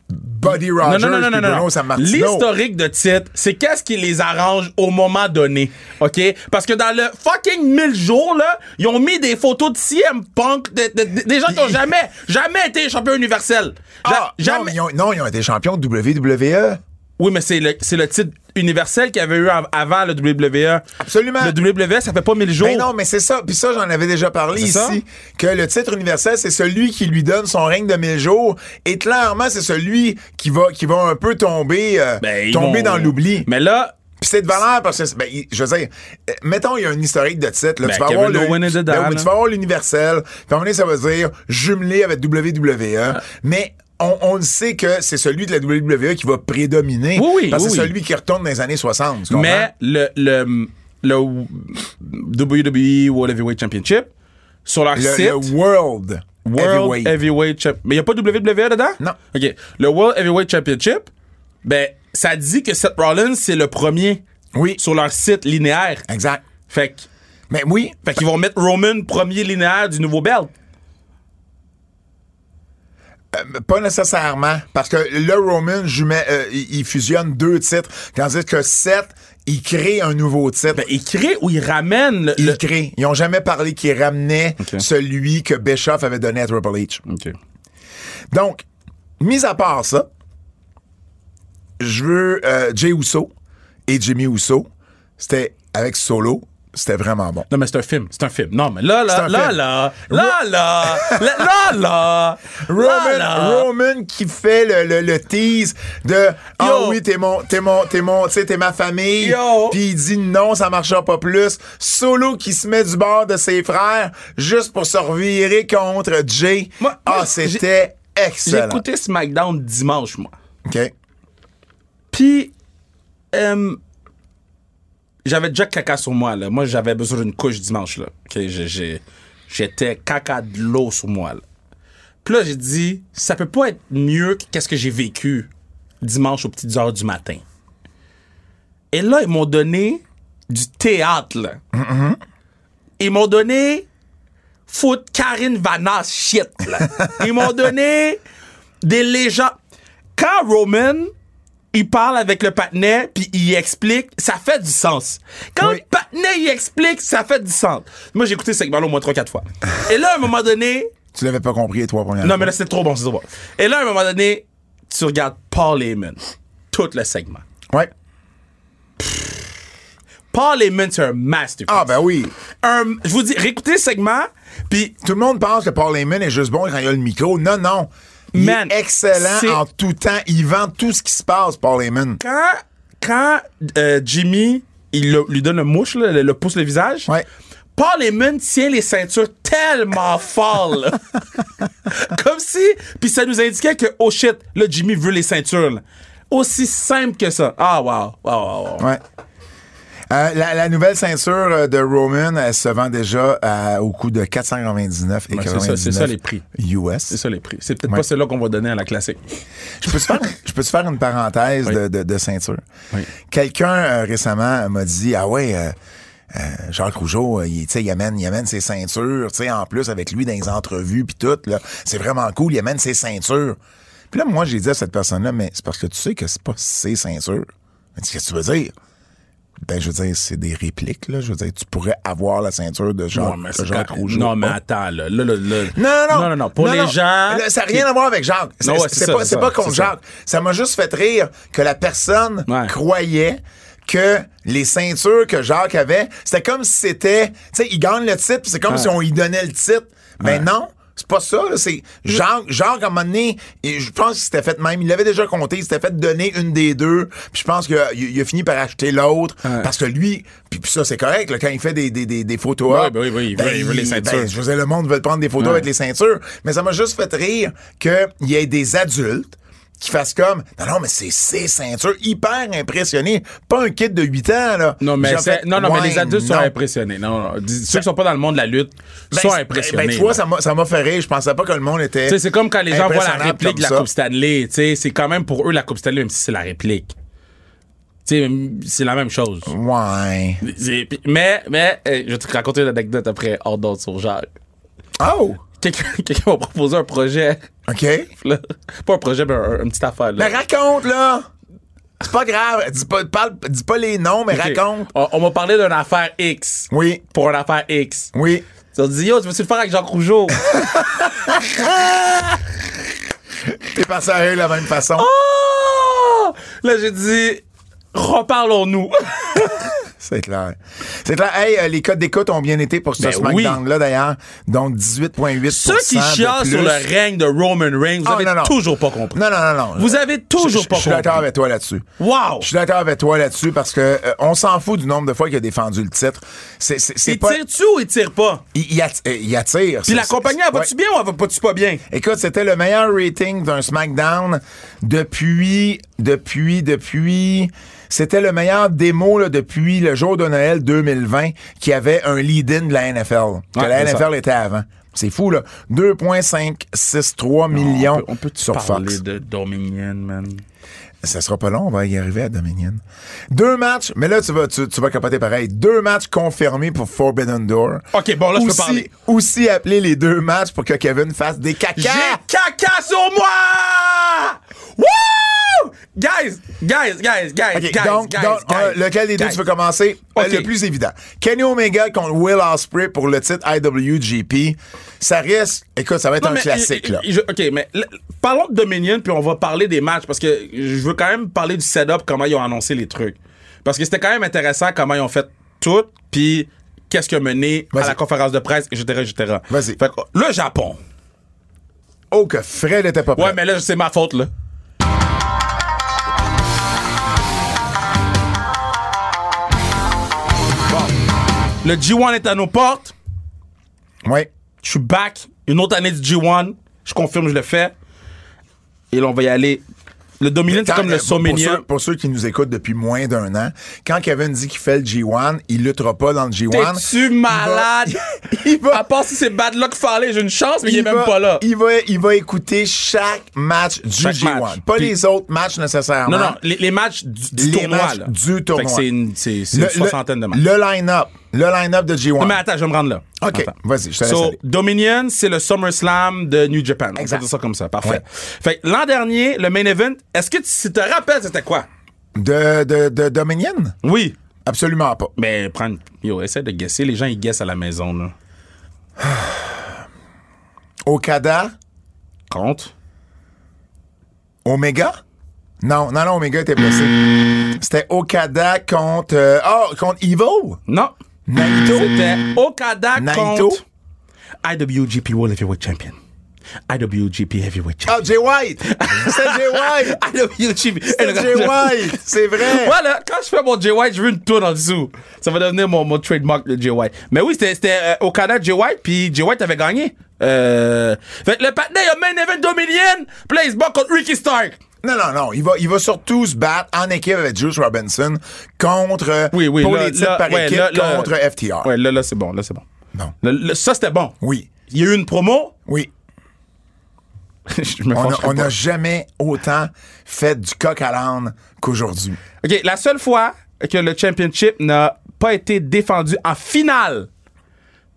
B: Buddy
C: Non,
B: Rogers
C: non, non, non,
B: puis
C: non, non.
B: Bruno Sammartino.
C: L'historique de titre, c'est qu'est-ce qui les arrange au moment donné. OK? Parce que dans le fucking 1000 jours, là, ils ont mis des photos de CM Punk, de- de- de- des gens qui ont jamais, jamais été champion universel. Ja-
B: Ah, non,
C: jamais.
B: mais ils ont, non, ils ont été champions de E. WWE.
C: Oui, mais c'est le, c'est le titre universel qu'il y avait eu av- avant le WWE.
B: Absolument.
C: Le WWE, ça fait pas 1000 jours.
B: Mais Ben non, mais c'est ça. Puis ça, j'en avais déjà parlé ici,
C: C'est ça?
B: que le titre universel, c'est celui qui lui donne son règne de mille jours. Et clairement, c'est celui qui va, qui va un peu tomber, euh,
C: Ben, ils
B: tomber
C: vont-
B: dans l'oubli.
C: Mais là,
B: Puis c'est de valeur parce que, ben, il- je veux dire, euh, mettons, il y a un historique de titre. Là,
C: Ben,
B: tu, vas
C: Kevin
B: avoir le,
C: Owens est dedans,
B: Ben oui,
C: là.
B: tu vas avoir l'universel. Puis à un moment donné, ça va dire jumelé avec WWE.
C: Ah.
B: Mais on, on le sait que c'est celui de la WWE qui va prédominer.
C: Oui, oui,
B: parce que
C: oui,
B: c'est
C: oui.
B: celui qui retourne dans les années 60. tu comprends?
C: Mais le, le, le WWE World Heavyweight Championship, sur leur
B: le,
C: site,
B: le World,
C: World
B: Heavyweight.
C: Heavyweight Championship. Mais il n'y a pas WWE dedans?
B: Non.
C: OK. Le World Heavyweight Championship, ben, ça dit que Seth Rollins, c'est le premier
B: Oui.
C: sur leur site linéaire.
B: Exact.
C: Fait, que-
B: Mais oui,
C: fait qu'ils vont mettre Roman premier linéaire du nouveau belt.
B: euh, pas nécessairement. Parce que le Roman, jumait, euh, il il fusionne deux titres. Tandis que Seth, il crée un nouveau titre.
C: Ben, ils créent ou ils ramènent le.
B: il
C: le-
B: crée. Ils ont jamais parlé qu'il ramenait
C: Ok.
B: celui que Bischoff avait donné à Triple H. Donc, mis à part ça, je veux euh, Jay Uso et Jimmy Uso. C'était avec Solo. C'était vraiment bon.
C: Non, mais c'est un film. C'est un film. Non, mais là,
B: C'est
C: là,
B: un
C: là,
B: film.
C: là, là, là, là, là, là, là,
B: Roman,
C: là.
B: Roman qui fait le, le, le tease de Ah
C: Yo.
B: oui, t'es mon, t'es mon, t'es mon, tu sais, t'es ma famille.
C: Yo.
B: Puis il dit non, ça marchera pas plus. Solo qui se met du bord de ses frères juste pour se revirer contre Jay.
C: Moi-
B: ah,
C: moi,
B: c'était
C: J'ai
B: excellent.
C: écouté SmackDown dimanche, moi.
B: OK.
C: Puis, euh, j'avais déjà caca sur moi, là. Moi, j'avais besoin d'une couche dimanche, là. Ok, j'ai- j'ai- J'étais caca de l'eau sur moi, là. Puis là, j'ai dit, ça peut pas être mieux que qu'est-ce que j'ai vécu dimanche aux petites heures du matin. Et là, ils m'ont donné du théâtre, là. Ils m'ont donné foot Karine Vanas shit, là. Ils m'ont donné des légendes. Quand Roman il parle avec le patinet, puis il explique, ça fait du sens. Quand
B: Oui.
C: le patinet, il explique, ça fait du sens. Moi, j'ai écouté ce segment-là au moins 3-4 fois. Et là, à un moment donné,
B: Tu l'avais pas compris les trois premières
C: non,
B: fois.
C: mais là, c'est trop bon, c'est trop bon. Et là, à un moment donné, tu regardes Paul Heyman, tout le segment.
B: Ouais.
C: Paul Heyman, c'est un masterpiece.
B: Ah, ben oui.
C: Un- je vous dis, réécoutez le segment, puis
B: Tout le monde pense que Paul Heyman est juste bon quand il a le micro. Non, non. Il
C: Man,
B: est excellent
C: c'est-
B: en tout temps. Il vend tout ce qui se passe, Paul Heyman.
C: quand, quand euh, Jimmy il le- lui donne le mouche, là, le, le pouce le visage,
B: Ouais.
C: Paul Heyman tient les ceintures tellement fort, là. Comme si. Puis ça nous indiquait que, oh shit, là, Jimmy veut les ceintures, là. Aussi simple que ça. Ah, wow. wow, wow, wow.
B: Ouais. Euh, la, la nouvelle ceinture euh, de Roman, elle se vend déjà euh, au coût de 499 et
C: Ouais, c'est ça, c'est ça, les prix. C'est
B: US.
C: ça les prix. C'est peut-être pas celle-là qu'on va donner à la classique.
B: Je peux te faire, je peux te faire une parenthèse de, de- de ceinture.
C: Oui.
B: Quelqu'un euh, récemment m'a dit ah ouais. euh, euh, Jacques Rougeau, euh, il, tu sais, il, amène, il amène ses ceintures, tu sais, en plus avec lui dans les entrevues puis tout, là, c'est vraiment cool, il amène ses ceintures. Puis là, moi, j'ai dit à cette personne-là, mais c'est parce que tu sais que c'est pas ses ceintures. Elle dit, qu'est-ce que tu veux dire? Ben, je veux dire, c'est des répliques, là. Je veux dire, tu pourrais avoir la ceinture de Jacques, de
C: c'est
B: Jacques
C: quand-
B: Rougeau.
C: non, mais
B: Ah.
C: attends, là. Là, là, là.
B: Non, non,
C: non, Pour les gens.
B: Là, ça n'a rien à voir avec Jacques. C'est
C: Non, ouais, c'est
B: c'est
C: ça,
B: pas,
C: c'est
B: c'est
C: ça,
B: pas contre
C: c'est ça.
B: Jacques. Ça m'a juste fait rire que la personne
C: Ouais.
B: croyait que les ceintures que Jacques avait, c'était comme si c'était. Tu sais, il gagne le titre, puis c'est comme si on lui donnait le titre. Mais non! C'est pas ça, là, c'est Jacques, Jacques, à un moment donné, et je pense qu'il s'était fait même, il l'avait déjà compté, il s'était fait donner une des deux, puis je pense qu'il a, il a fini par acheter l'autre, parce que lui, puis, puis ça c'est correct, là, quand il fait des, des, des, des photos
C: Ouais,
B: up,
C: ben oui, oui, il veut- il veut les ceintures.
B: ben, je veux dire, le monde veut prendre des photos avec les ceintures, mais ça m'a juste fait rire qu'il y ait des adultes qui fasse comme Non, non, mais c'est ses ceintures. Hyper impressionné. Pas un kid de 8 ans, là.
C: Non, mais,
B: J'ai
C: c'est-
B: fait,
C: non, non, mais
B: Ouais,
C: les adultes sont
B: non.
C: impressionnés. Non, non. Dis- Ceux qui sont pas dans le monde de la lutte
B: Ben,
C: sont
B: c'est-
C: impressionnés.
B: Ben, tu vois,
C: là.
B: ça m'a- ça m'a fait rire. Je pensais pas que le monde était.
C: Tu sais, c'est comme quand les gens voient la
B: impressionnable
C: réplique de la
B: comme ça.
C: Coupe Stanley. tu sais, C'est quand même pour eux la Coupe Stanley, même si c'est la réplique. Tu sais, C'est la même chose.
B: Ouais.
C: C'est- puis- Mais, mais euh, je vais te raconter une anecdote après, hors d'autres sur Jacques.
B: Oh!
C: Quelqu'un quelqu'un m'a proposé un projet.
B: OK.
C: là. Pas un projet, mais un- une petite affaire. Là.
B: Mais raconte, là! C'est pas grave. Dis pas, parle- dis pas les noms, mais
C: Ok.
B: raconte.
C: On, on m'a parlé d'une affaire X.
B: Oui.
C: Pour une affaire X.
B: Oui.
C: Ils ont dit, yo, tu veux-tu le faire avec Jacques Rougeau?
B: T'es passé à eux de la même façon.
C: Ah! Là, j'ai dit, reparlons-nous.
B: C'est clair. C'est clair. Hey, euh, les codes d'écoute ont bien été pour ce
C: Ben oui.
B: SmackDown-là, d'ailleurs. Donc, 18,8
C: Ceux qui
B: de
C: chialent
B: plus.
C: sur le règne de Roman Reigns, vous
B: Ah,
C: avez
B: non, non.
C: toujours pas compris.
B: Non, non, non, non.
C: Vous avez toujours
B: Je-
C: pas
B: Je suis d'accord
C: compris.
B: avec toi là-dessus.
C: Wow!
B: Je suis d'accord avec toi là-dessus parce que euh, on s'en fout du nombre de fois qu'il a défendu le titre. C'est, c'est, c'est
C: Il
B: pas.
C: tire-tu ou il tire pas?
B: Il, il atti- euh, il attire.
C: Puis la compagnie, elle va-tu bien ou elle va pas-tu pas bien?
B: Écoute, c'était le meilleur rating d'un SmackDown depuis, depuis, depuis. C'était le meilleur démo là, depuis le jour de Noël 2020 qui avait un lead-in de la NFL. Que
C: Ouais,
B: la
C: c'est
B: NFL était avant. C'est fou, là. 2,563 millions
C: on peut tu
B: sur
C: parler
B: Fox.
C: de Dominion, man?
B: Ça sera pas long, on va y arriver à Dominion. Deux matchs, mais là, tu vas, tu, tu vas capoter pareil. Deux matchs confirmés pour Forbidden Door.
C: OK, bon, là, je peux
B: Aussi-
C: parler.
B: Aussi appeler les deux matchs pour que Kevin fasse des caca.
C: J'ai caca sur moi! Wouh! Guys, guys, guys, guys,
B: OK,
C: guys,
B: donc,
C: guys,
B: donc,
C: guys,
B: euh, lequel des deux
C: guys.
B: tu veux commencer?
C: OK.
B: Euh, Le plus évident. Kenny Omega contre Will Ospreay pour le titre IWGP. Ça risque... Écoute, ça va être
C: Non,
B: un
C: mais,
B: classique,
C: euh,
B: là.
C: euh, je- OK, mais l- parlons de Dominion, puis on va parler des matchs, parce que je veux quand même parler du setup, comment ils ont annoncé les trucs. Parce que c'était quand même intéressant comment ils ont fait tout, puis qu'est-ce qui a mené à
B: Vas-y.
C: la conférence de presse, etc., etc.
B: Vas-y.
C: Fait que, le Japon.
B: Oh, que Fred était pas prêt.
C: Ouais, mais là, c'est ma faute, là. Bon. Le G1 est à nos portes.
B: Ouais.
C: Je suis back. Une autre année du G1. Je confirme, je le fais. Et là, on va y aller. Le Dominion, c'est
B: Quand,
C: comme
B: euh,
C: le
B: pour ceux-
C: Sommelier.
B: Pour, ceux qui nous écoutent depuis moins d'un an, quand Kevin dit qu'il fait le G1, il luttera pas dans le G1.
C: T'es-tu malade?
B: Il va-
C: À part si c'est Bad Luck Farley, j'ai une chance, mais il, est
B: va-
C: même pas là.
B: Il va, il va écouter chaque match du
C: Chaque
B: G1.
C: match.
B: Pas
C: Puis-
B: les autres matchs nécessairement.
C: Non, non, les, les matchs du, du
B: Les
C: tournoi.
B: matchs
C: là.
B: du
C: Fait que
B: tournoi.
C: c'est une, c'est- c'est une
B: Le- le-
C: soixantaine de matchs.
B: Le line-up. Le line-up de G1.
C: Non, mais attends, je vais me rendre là.
B: OK,
C: Attends.
B: vas-y, je te laisse
C: So,
B: aller.
C: Dominion, c'est le SummerSlam de New Japan. On
B: Exact.
C: peut dire ça comme ça. Parfait.
B: Ouais.
C: Fait que l'an dernier, le main event, est-ce que tu si te rappelles, c'était quoi?
B: De, de, de Dominion?
C: Oui.
B: Absolument pas.
C: Mais prendre. Ben, Yo, essaie de guesser. Les gens, ils guessent à la maison, là.
B: Okada?
C: Compte.
B: Omega? Non, non, non, Omega était blessé. C'était Okada contre. euh, oh, contre Evil?
C: Non.
B: Naito?
C: C'était Okada
B: Naito?
C: contre IWGP World Heavyweight Champion. IWGP Heavyweight Champion.
B: Ah, Jay White! C'était Jay White!
C: IWGP.
B: C'était Jay White! C'est vrai!
C: Voilà, quand je fais mon Jay White, je veux une tourne en dessous. Ça va devenir mon, mon trademark de Jay White. Mais oui, c'était- c'était euh, au Canada Jay White, puis Jay White avait gagné. Euh, fait que le patin, il a main event Dominion, puis là, il se bat contre Ricky Stark.
B: Non, non, non. Il va, il va surtout se battre en équipe avec Juice Robinson contre. euh,
C: Oui, oui,
B: Pour
C: là,
B: les titres
C: là,
B: par
C: ouais,
B: équipe
C: là, là.
B: contre FTR.
C: Ouais, là, là, c'est bon, là, c'est bon.
B: Non.
C: Le- le- ça, c'était bon.
B: Oui.
C: Il y a eu une promo.
B: Oui.
C: je me
B: On a-
C: fâcherai
B: On
C: pas.
B: n'a jamais autant fait du coq à l'âne qu'aujourd'hui.
C: OK, la seule fois que le championship n'a pas été défendu en finale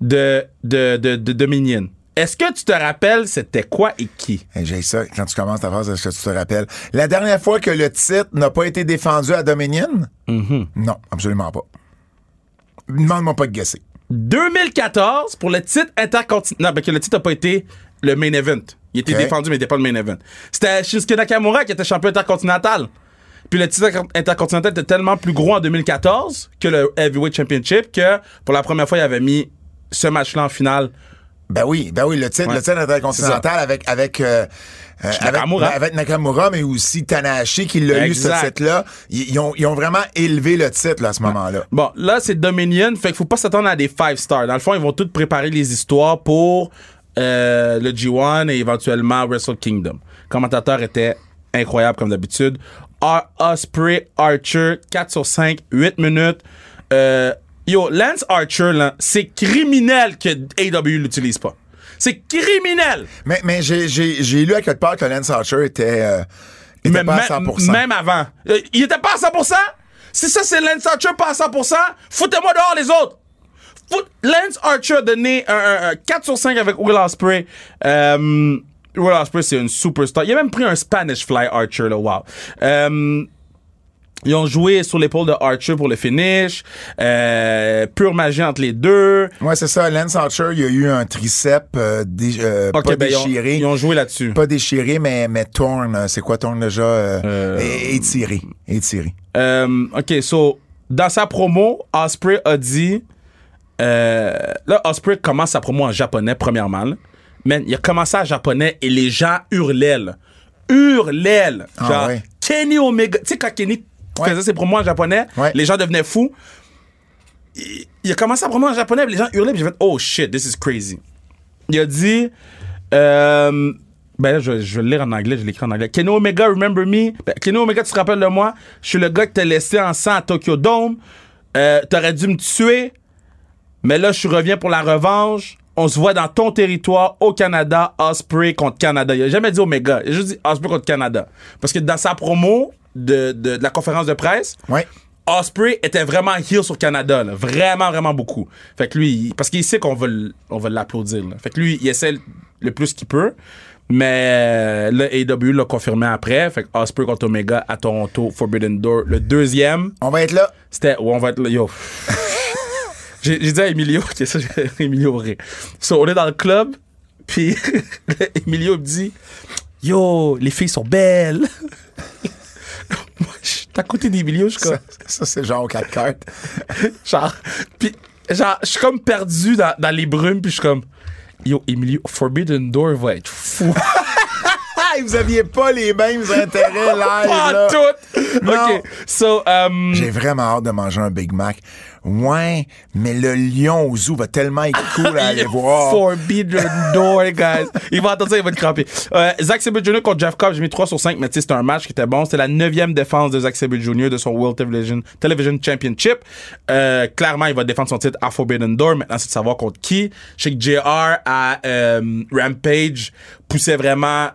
C: de, de, de, de Dominion, est-ce que tu te rappelles c'était quoi et qui?
B: Hey, J'ai ça quand tu commences ta phrase, est-ce que tu te rappelles? La dernière fois que le titre n'a pas été défendu à Dominion?
C: Mm-hmm.
B: Non, absolument pas. Demande-moi pas de guesser.
C: 2014 pour le titre intercontinental. Non, parce que le titre n'a pas été le main event. Il était
B: Ok.
C: défendu, mais il n'était pas le main event. C'était Shinsuke Nakamura qui était champion intercontinental. Puis le titre intercontinental était tellement plus gros en 2014 que le Heavyweight Championship que pour la première fois, il avait mis ce match-là en finale.
B: Ben oui, ben oui, le titre,
C: Ouais.
B: le titre intercontinental avec avec, euh, euh, avec-
C: Nakamura.
B: ben, avec Nakamura, mais aussi Tanahashi qui l'a eu ce
C: Exact.
B: titre-là. Ils, ils ont, ils ont vraiment élevé le titre là, à ce moment-là.
C: Bon, là, c'est Dominion. Fait qu'il faut pas s'attendre à des 5 stars. Dans le fond, ils vont tous préparer les histoires pour euh, le G1 et éventuellement Wrestle Kingdom. Commentateur était incroyable comme d'habitude. Ar- Osprey, Archer, 4 sur 5, 8 minutes. Euh, yo, Lance Archer, là, c'est criminel que AW l'utilise pas. C'est criminel!
B: Mais, mais j'ai, j'ai, j'ai lu à quelque part que Lance Archer était, euh, était
C: Mais
B: pas à
C: même-
B: 100%.
C: Même avant. Euh, Il était pas à 100%? Si ça, c'est Lance Archer pas à 100%, foutez-moi dehors les autres! Fout- Lance Archer a donné un, un- un 4 sur 5 avec Will Ospreay. Euh, Will Ospreay, c'est une superstar. Il a même pris un Spanish Fly Archer, là, wow. Euh, ils ont joué sur l'épaule de Archer pour le finish. Euh, pure magie entre les deux.
B: Ouais, c'est ça. Lance Archer, il y a eu un tricep euh, dé- euh,
C: Ok,
B: pas
C: ben, ils ont-
B: déchiré.
C: ils ont joué là-dessus.
B: Pas déchiré, mais, mais torn. hein. C'est quoi torn déjà? Euh,
C: Euh,
B: é- Étiré. Étiré.
C: Euh, OK, so, dans sa promo, Osprey a dit... euh, là, Osprey commence sa promo en japonais, premièrement. là. Man, il a commencé en japonais et les gens hurlaient. là. Hurlaient. là.
B: Ah
C: Genre,
B: ouais.
C: Kenny Omega... Tu sais, quand Kenny
B: Ouais.
C: faisait ses promos en japonais,
B: Ouais.
C: les gens devenaient fous. Il, il a commencé sa promo en japonais, puis les gens hurlaient, puis j'ai fait « Oh shit, this is crazy ». Il a dit... Euh, ben là, je, je vais le lire en anglais, je l'écris en anglais. Kenny Omega, remember me? Ben, Kenny Omega, tu te rappelles de moi? Je suis le gars que t'as laissé en sang à Tokyo Dome. Euh, T'aurais dû me tuer, mais là, je reviens pour la revanche. On se voit dans ton territoire au Canada, Osprey contre Canada. Il a jamais dit Omega, il a juste dit Osprey contre Canada. Parce que dans sa promo de, de- de la conférence de presse,
B: Ouais.
C: Osprey était vraiment heel sur Canada, là. vraiment, vraiment beaucoup. Fait que lui, il- parce qu'il sait qu'on va, l- on va l'applaudir. là. Fait que lui, il essaie le- le plus qu'il peut. Mais euh, le AW l'a confirmé après. Fait que Osprey contre Omega à Toronto, Forbidden Door. Le deuxième,
B: On va être là.
C: c'était où on va être là. Yo. j'ai, j'ai dit à Emilio, que ça, j'ai- Emilio rit. So, on est dans le club, puis Emilio me dit Yo, les filles sont belles. Moi, je suis à côté d'Emilio, je suis comme.
B: Ça, ça, c'est genre au 4 cartes.
C: Genre, pis, genre, je suis comme perdu dans, dans les brumes, puis je suis comme, yo, Emilio, Forbidden Door va être fou.
B: Ah, vous aviez pas les mêmes intérêts live.
C: Pas
B: là.
C: tout!
B: Non.
C: Ok, so, um,
B: J'ai vraiment hâte de manger un Big Mac. Ouais, mais le lion au zoo va tellement être cool à aller voir.
C: Forbidden Door, guys. Il va entendre ça, il va te cramper. Euh, Zach Sabre Jr. contre Jeff Cobb, j'ai mis 3 sur 5, mais tu sais, c'était un match qui était bon. C'était la 9 défense de Zach Sabre Jr. de son World Television, Television Championship. Euh, clairement, il va défendre son titre à Forbidden Door. Maintenant, c'est de savoir contre qui. Je sais que JR à euh, Rampage poussait vraiment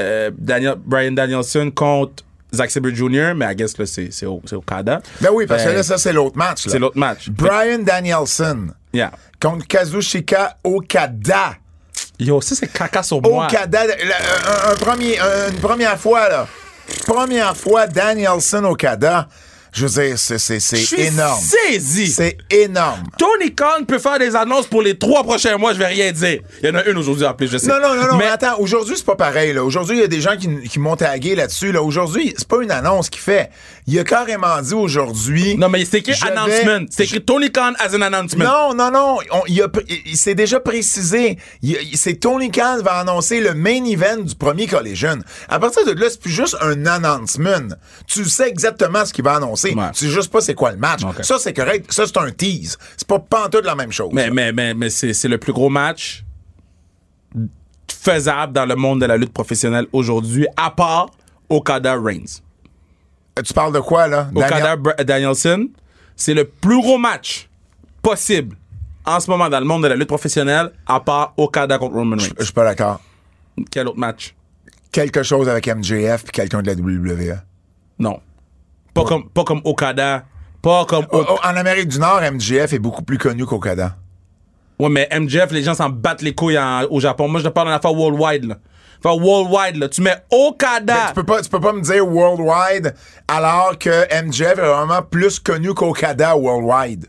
C: euh, Daniel, Brian Danielson contre Zach Sabre Jr., mais I guess là, c'est c'est au- c'est Okada.
B: Ben oui, parce que
C: Fait-
B: là, ça, c'est l'autre match. là.
C: C'est l'autre match.
B: Brian Danielson
C: Yeah.
B: contre Kazushika Okada.
C: Yo, ça, c'est caca sur moi.
B: Okada, la- un- un premier- un- une première fois, là. Première fois, Danielson Okada. Je veux dire, c'est- c'est
C: Je
B: c'est
C: suis
B: énorme.
C: saisi.
B: C'est énorme.
C: Tony Khan peut faire des annonces pour les trois prochains mois, je vais rien dire. Il y en a une aujourd'hui en plus, je sais.
B: Non, non, non, non, mais
C: Mais
B: attends, aujourd'hui, c'est pas pareil. là. Aujourd'hui, il y a des gens qui, qui montent à gué là-dessus. Là. Aujourd'hui, c'est pas une annonce qu'il fait. Il a carrément dit aujourd'hui.
C: non, mais c'est écrit
B: Je vais-
C: announcement. C'est écrit Tony Khan as an announcement.
B: Non, non, non. On- il, a pr- il- il s'est déjà précisé. Il- il- c'est Tony Khan va annoncer le main event du premier Collision. À partir de là, c'est plus juste un announcement. Tu sais exactement ce qu'il va annoncer.
C: Ouais.
B: Tu sais juste pas c'est quoi le match.
C: Ok.
B: Ça, c'est correct. Ça, c'est un tease. C'est pas pantoute la même chose.
C: Mais mais mais mais c'est c'est le plus gros match faisable dans le monde de la lutte professionnelle aujourd'hui à part Okada Reigns.
B: Euh, Tu parles de quoi, là?
C: Okada
B: Daniel-
C: Br- Danielson, c'est le plus gros match possible en ce moment dans le monde de la lutte professionnelle à part Okada contre Roman Reigns.
B: Je suis pas d'accord.
C: Quel autre match
B: Quelque chose avec MJF puis quelqu'un de la E. WWE.
C: Non. Pas comme pas comme Okada, pas comme
B: Oh, oh, en Amérique du Nord, MJF est beaucoup plus connu qu'Okada.
C: Ouais, mais MJF, les gens s'en battent les couilles en- au Japon. Moi, je te parle d'une affaire worldwide, là. Enfin, worldwide, là. Tu mets Okada.
B: Tu peux pas, tu peux pas me dire worldwide alors que MJF est vraiment plus connu qu'Okada worldwide.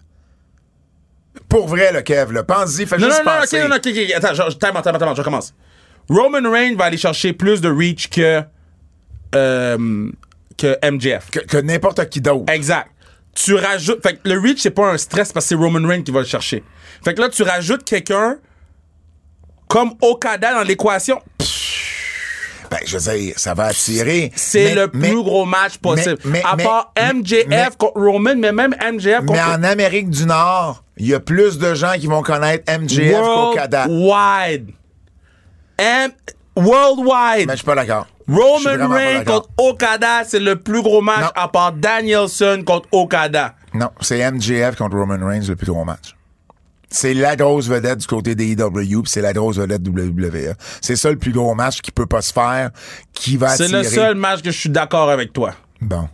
B: Pour vrai, le Kev, là. Pense-y, fais
C: Non, non,
B: juste
C: non, ok,
B: penser.
C: non, non, ok, ok, Attends, je, je- time out, time out, time out, je recommence. Roman Reigns va aller chercher plus de reach que, euh, que MJF.
B: Que, que n'importe qui d'autre.
C: Exact. Tu rajoutes. Fait que le reach, c'est pas un stress parce que c'est Roman Reigns qui va le chercher. Fait que là, tu rajoutes quelqu'un comme Okada dans l'équation.
B: Ben, je veux dire, ça va attirer.
C: Eh. C'est
B: Mais-
C: le plus
B: mais-
C: gros match possible.
B: mais-
C: à
B: mais-
C: part
B: mais-
C: MJF
B: mais-
C: contre Roman, mais même MJF
B: Mais
C: contre
B: en Amérique du Nord, il y a plus de gens qui vont connaître MJF
C: World
B: qu'Okada.
C: Wide. M- Worldwide.
B: Mais je suis pas d'accord. Je suis
C: Roman
B: vraiment pas
C: Reigns
B: d'accord.
C: contre Okada, c'est le plus gros match
B: Non.
C: à part Danielson contre Okada.
B: Non, c'est MJF contre Roman Reigns le plus gros match. C'est la grosse vedette du côté des IW, puis c'est la grosse vedette WWE. C'est ça le plus gros match qui peut pas se faire, qui va
C: C'est
B: attirer.
C: le seul match que je suis d'accord avec toi.
B: Bon.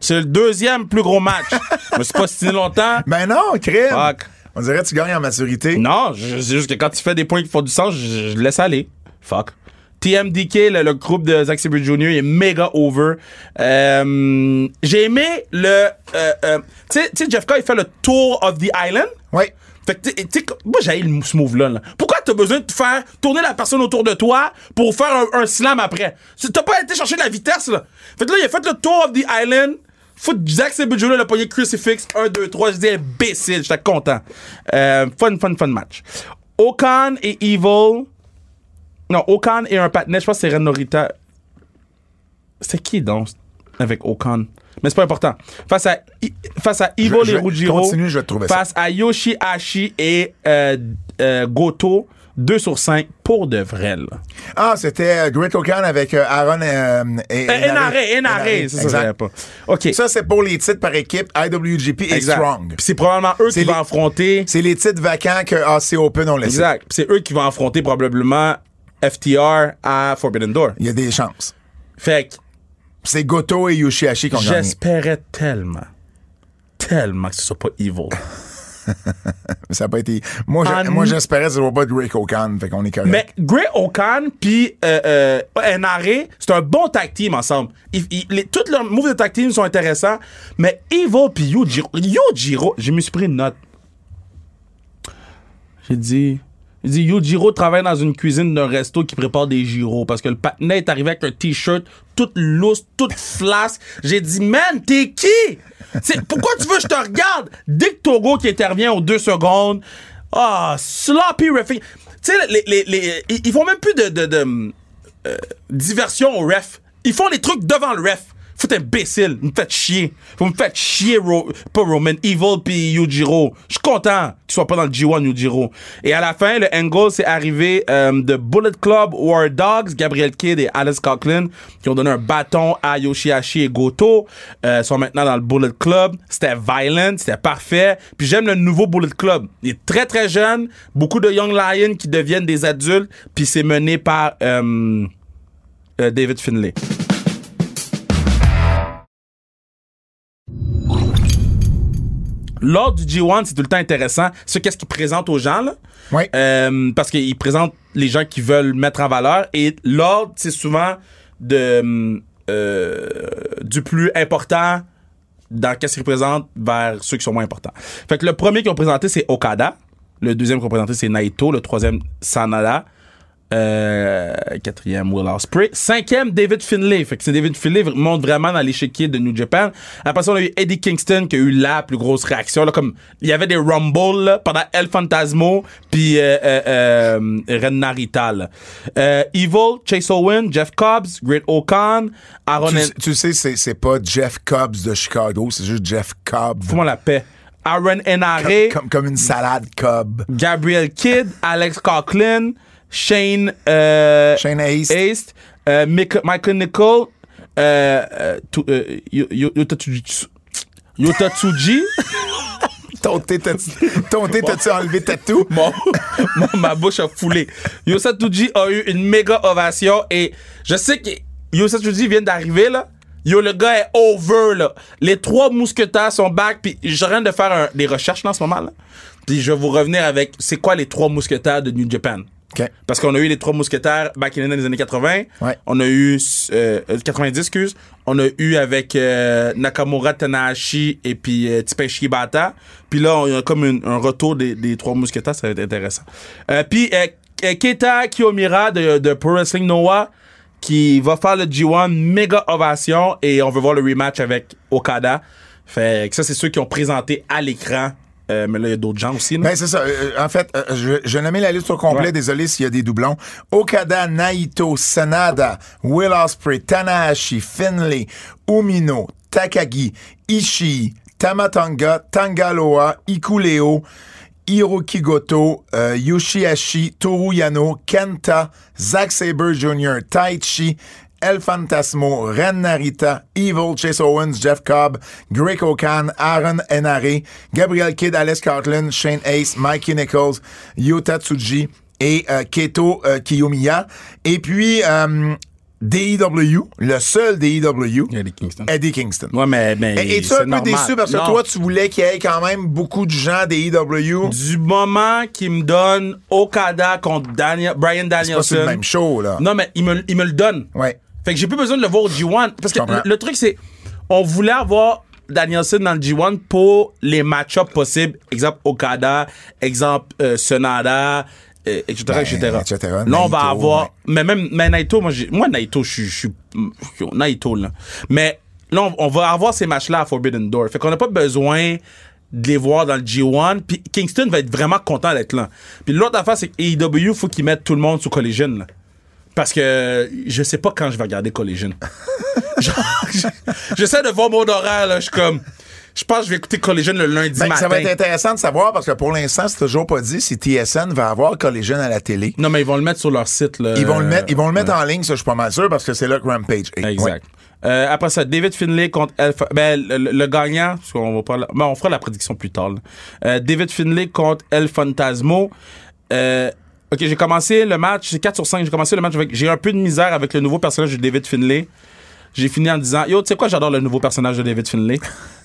C: C'est le deuxième plus gros match. je me suis pas si longtemps.
B: Ben non, crime.
C: Fuck.
B: On dirait que tu gagnes en maturité.
C: Non, je- c'est juste que quand tu fais des points qui font du sens, je, je laisse aller. Fuck. TMDK, le, le groupe de Zack Sabre Jr., il est méga over. Euh, J'ai aimé le... euh, euh, tu sais- tu sais, Jeff K, il fait le tour of the island.
B: Oui.
C: Fait que, tu sais, moi, j'ai le mou- ce move-là. là. Pourquoi t'as besoin de te faire tourner la personne autour de toi pour faire un, un slam après? C'est- T'as pas été chercher de la vitesse, là. Fait que là, il a fait le tour of the island. Foot Jack Sabre Jr. le poignet crucifix. 1, 2, 3. Je dis imbécile. J'étais content. Euh, fun, fun, fun match. Okan et Evil. Non, Okan et un patinet. Je pense que c'est Ren Norita. C'est qui donc avec Okan? Mais c'est pas important. Face à, I- face à Evil
B: je
C: et
B: vais-
C: Rujiro.
B: continue, je vais te trouver ça.
C: face à Yoshihashi et euh, euh, Goto, 2 sur 5 pour de vrai. là.
B: Ah, c'était euh, Great O'Connor avec euh, Aaron euh, et.
C: Euh, Enare, Enare, c'est ça,
B: Exact.
C: je savais pas. OK.
B: Ça, c'est pour les titres par équipe IWGP et
C: Exact.
B: Strong.
C: Puis C'est probablement eux qui
B: les-
C: vont affronter.
B: C'est les titres vacants que AC Open ont laissés.
C: Exact. Puis C'est eux qui vont affronter probablement FTR à Forbidden Door.
B: Il y a des chances.
C: Fait que
B: C'est Goto et Yoshihashi qui ont gagné.
C: j'espérais tellement, tellement que ce soit pas Evil.
B: Ça a pas été. Moi, je-
C: En-
B: moi, j'espérais que ce soit pas de Rick O'Connor, fait qu'on est correct.
C: Mais Gray O'Khan puis euh, euh, NRA, c'est un bon tag team ensemble. Ils- ils- les- tous leurs moves de tag team sont intéressants, mais Evil puis Yujiro, Yujiro, je me suis pris une note. J'ai dit, j'ai dit Yujiro travaille dans une cuisine d'un resto qui prépare des gyros parce que le patinet est arrivé avec un t-shirt toute lousse, toute flasque. J'ai dit, man, t'es qui? C'est- pourquoi tu veux que je te regarde? Dick Togo qui intervient aux deux secondes. Ah, sloppy refing. Tu sais, les, les- les- ils, ils font même plus de, de- de, euh, diversion au ref. Ils font les trucs devant le ref. Faut être imbécile. Vous me faites chier. Vous me faites chier, Ro- pas Roman, Evil puis Yujiro. Je suis content qu'ils soient pas dans le G1 Yujiro. Et à la fin, le angle, c'est arrivé euh, de Bullet Club, War Dogs, Gabriel Kidd et Alice Coughlin qui ont donné un bâton à Yoshihashi et Goto. Euh, ils sont maintenant dans le Bullet Club. C'était violent, c'était parfait. Puis j'aime le nouveau Bullet Club. Il est très très jeune. Beaucoup de Young Lions qui deviennent des adultes. Puis c'est mené par... euh, euh, David Finlay. Lors du G1, c'est tout le temps intéressant. C'est qu'est-ce qu'ils présentent aux gens, là.
B: Oui.
C: Euh, parce qu'ils présentent les gens qui veulent mettre en valeur. Et l'ordre, c'est souvent de, euh, du plus important dans qu'est-ce qu'ils représentent vers ceux qui sont moins importants. Fait que le premier qu'ils ont présenté, c'est Okada. Le deuxième qu'ils ont présenté, c'est Naito. Le troisième, Sanada. Euh, quatrième, Will Ospreay. Cinquième, David Finlay. Fait que c'est David Finlay vr- monte vraiment dans l'échiquier de New Japan. Après ça, on a eu Eddie Kingston qui a eu la plus grosse réaction. Là, comme il y avait des rumbles là, pendant El Fantasmo puis euh, euh, euh, Ren Narita. là. Euh, Evil, Chase Owen, Jeff Cobbs, Great O'Con, Aaron.
B: Tu,
C: Hen-
B: tu sais, c'est, c'est pas Jeff Cobbs de Chicago, c'est juste Jeff Cobb.
C: Fous-moi la paix. Aaron Henare,
B: Comme, comme une salade Cobb.
C: E, Gabriel Kidd, Alex Coughlin, Shane. euh,
B: Shane Ace.
C: East, euh, Mick- Michael Nicole, euh, euh, tu- euh, Yo- Yo- Yota Tsuji- Yota Tsuji.
B: Ton thé, t'as-tu, ton thé, t'as-tu enlevé tatou?
C: Mon- mon- ma bouche a foulé. Yota Tsuji a eu une méga ovation et je sais que Yota Tsuji vient d'arriver là. Yo, le gars est over, là. Les trois mousquetaires sont back, puis je rien de faire un- des recherches là, en ce moment, là. Puis je vais vous revenir avec, c'est quoi les trois mousquetaires de New Japan?
B: OK.
C: Parce qu'on a eu les trois mousquetaires back in the day des années 80.
B: Ouais.
C: On a eu euh, euh, 90, excuse. On a eu avec euh, Nakamura Tanahashi et puis euh, Tipen Shibata. Puis là, on a comme une- un retour des, des trois mousquetaires, ça va être intéressant. Euh, puis euh, euh, Keita Kiyomira de, de Pro Wrestling Noah qui va faire le G1 méga ovation et on veut voir le rematch avec Okada. Fait que ça, c'est ceux qui ont présenté à l'écran. Euh, mais là, il y a d'autres gens aussi. là.
B: Ben, c'est ça. Euh, en fait, euh, je, je nommais la liste au complet.
C: Ouais.
B: Désolé s'il y a des doublons. Okada, Naito, Sanada, Will Ospreay, Tanahashi, Finlay, Umino, Takagi, Ishii, Tamatonga, Tangaloa, Ikuleo, Hiroki Goto, euh, Yoshihashi, Toru Yano, Kenta, Zack Sabre Jr., Taichi, El Fantasmo, Ren Narita, Evil, Chase Owens, Jeff Cobb, Greg O'Kan, Aaron Enare, Gabriel Kidd, Alex Cartland, Shane Ace, Mikey Nichols, Yuta Tsuji et euh, Keto euh, Kiyomiya. Et puis, euh, DEW, le seul DEW,
C: Eddie Kingston.
B: Eddie Kingston.
C: Ouais, mais, mais
B: Et Es-tu
C: c'est
B: un peu
C: normal.
B: déçu parce que
C: Non.
B: toi, tu voulais qu'il y ait quand même beaucoup de gens des EW?
C: Du moment qu'il me donne Okada contre Daniel, Brian
B: C'est pas sur
C: Danielson.
B: le même show, là.
C: Non, mais il me, il me le donne.
B: Ouais.
C: Fait que j'ai plus besoin de le voir au G1. Parce
B: Je
C: que
B: comprends.
C: le, le truc, c'est. On voulait avoir Danielson dans le G1 pour les match-ups possibles. Exemple, Okada, exemple, euh, Sonada, euh, etc.,
B: Ben,
C: etc.
B: etc.,
C: Là, on
B: Naito,
C: va avoir.
B: ouais.
C: Mais même mais Naito, moi, j'ai- moi Naito, je suis- je suis. je suis- Naito, là. Mais là, on, on va avoir ces matchs-là à Forbidden Door. Fait qu'on n'a pas besoin de les voir dans le G1. Puis Kingston va être vraiment content d'être là. Puis l'autre affaire, c'est que AEW, faut qu'ils mettent tout le monde sous collision, là. Parce que je sais pas quand je vais regarder Collision. Genre, je- J'essaie de voir mon horaire, là. Je suis comme. Je pense que je vais écouter Collision le lundi
B: Ben,
C: matin.
B: ça va être intéressant de savoir parce que pour l'instant, c'est toujours pas dit si TSN va avoir Collision à la télé.
C: Non, mais ils vont le mettre sur leur site, là.
B: Ils vont le mettre, ils vont le mettre en ligne, ça, je suis pas mal sûr parce que c'est là que Rampage est. Ouais.
C: Euh, Exact. Euh, après ça, David Finlay contre Alpha. Ben, le, le- le gagnant, parce qu'on va pas. la- ben, on fera la prédiction plus tard. là. Euh, David Finlay contre El Fantasmo. Euh, ok, j'ai commencé le match. C'est 4 sur 5. J'ai commencé le match avec. J'ai un peu de misère avec le nouveau personnage de David Finlay. J'ai fini en disant Yo, tu sais quoi, j'adore le nouveau personnage de David Finlay.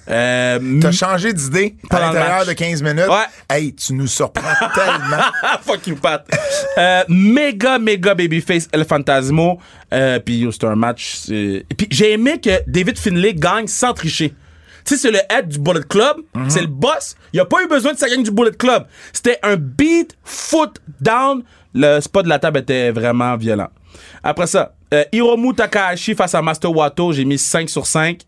C: Euh,
B: T'as changé d'idée à
C: Pendant le
B: l'intérieur
C: match.
B: de 15 minutes.
C: Ouais.
B: Hey, tu nous surprends tellement.
C: Ah, fuck you, Pat. Euh, méga, méga babyface El Fantasmo. Euh, puis yo, c'était un match. c'est- Et Puis j'ai aimé que David Finlay gagne sans tricher. Tu sais, c'est le head du Bullet Club. C'est le boss. Il a pas eu besoin de sa gang du Bullet Club. C'était un beat foot down. Le spot de la table était vraiment violent. Après ça, euh, Hiromu Takahashi face à Master Wato. J'ai mis 5 sur 5.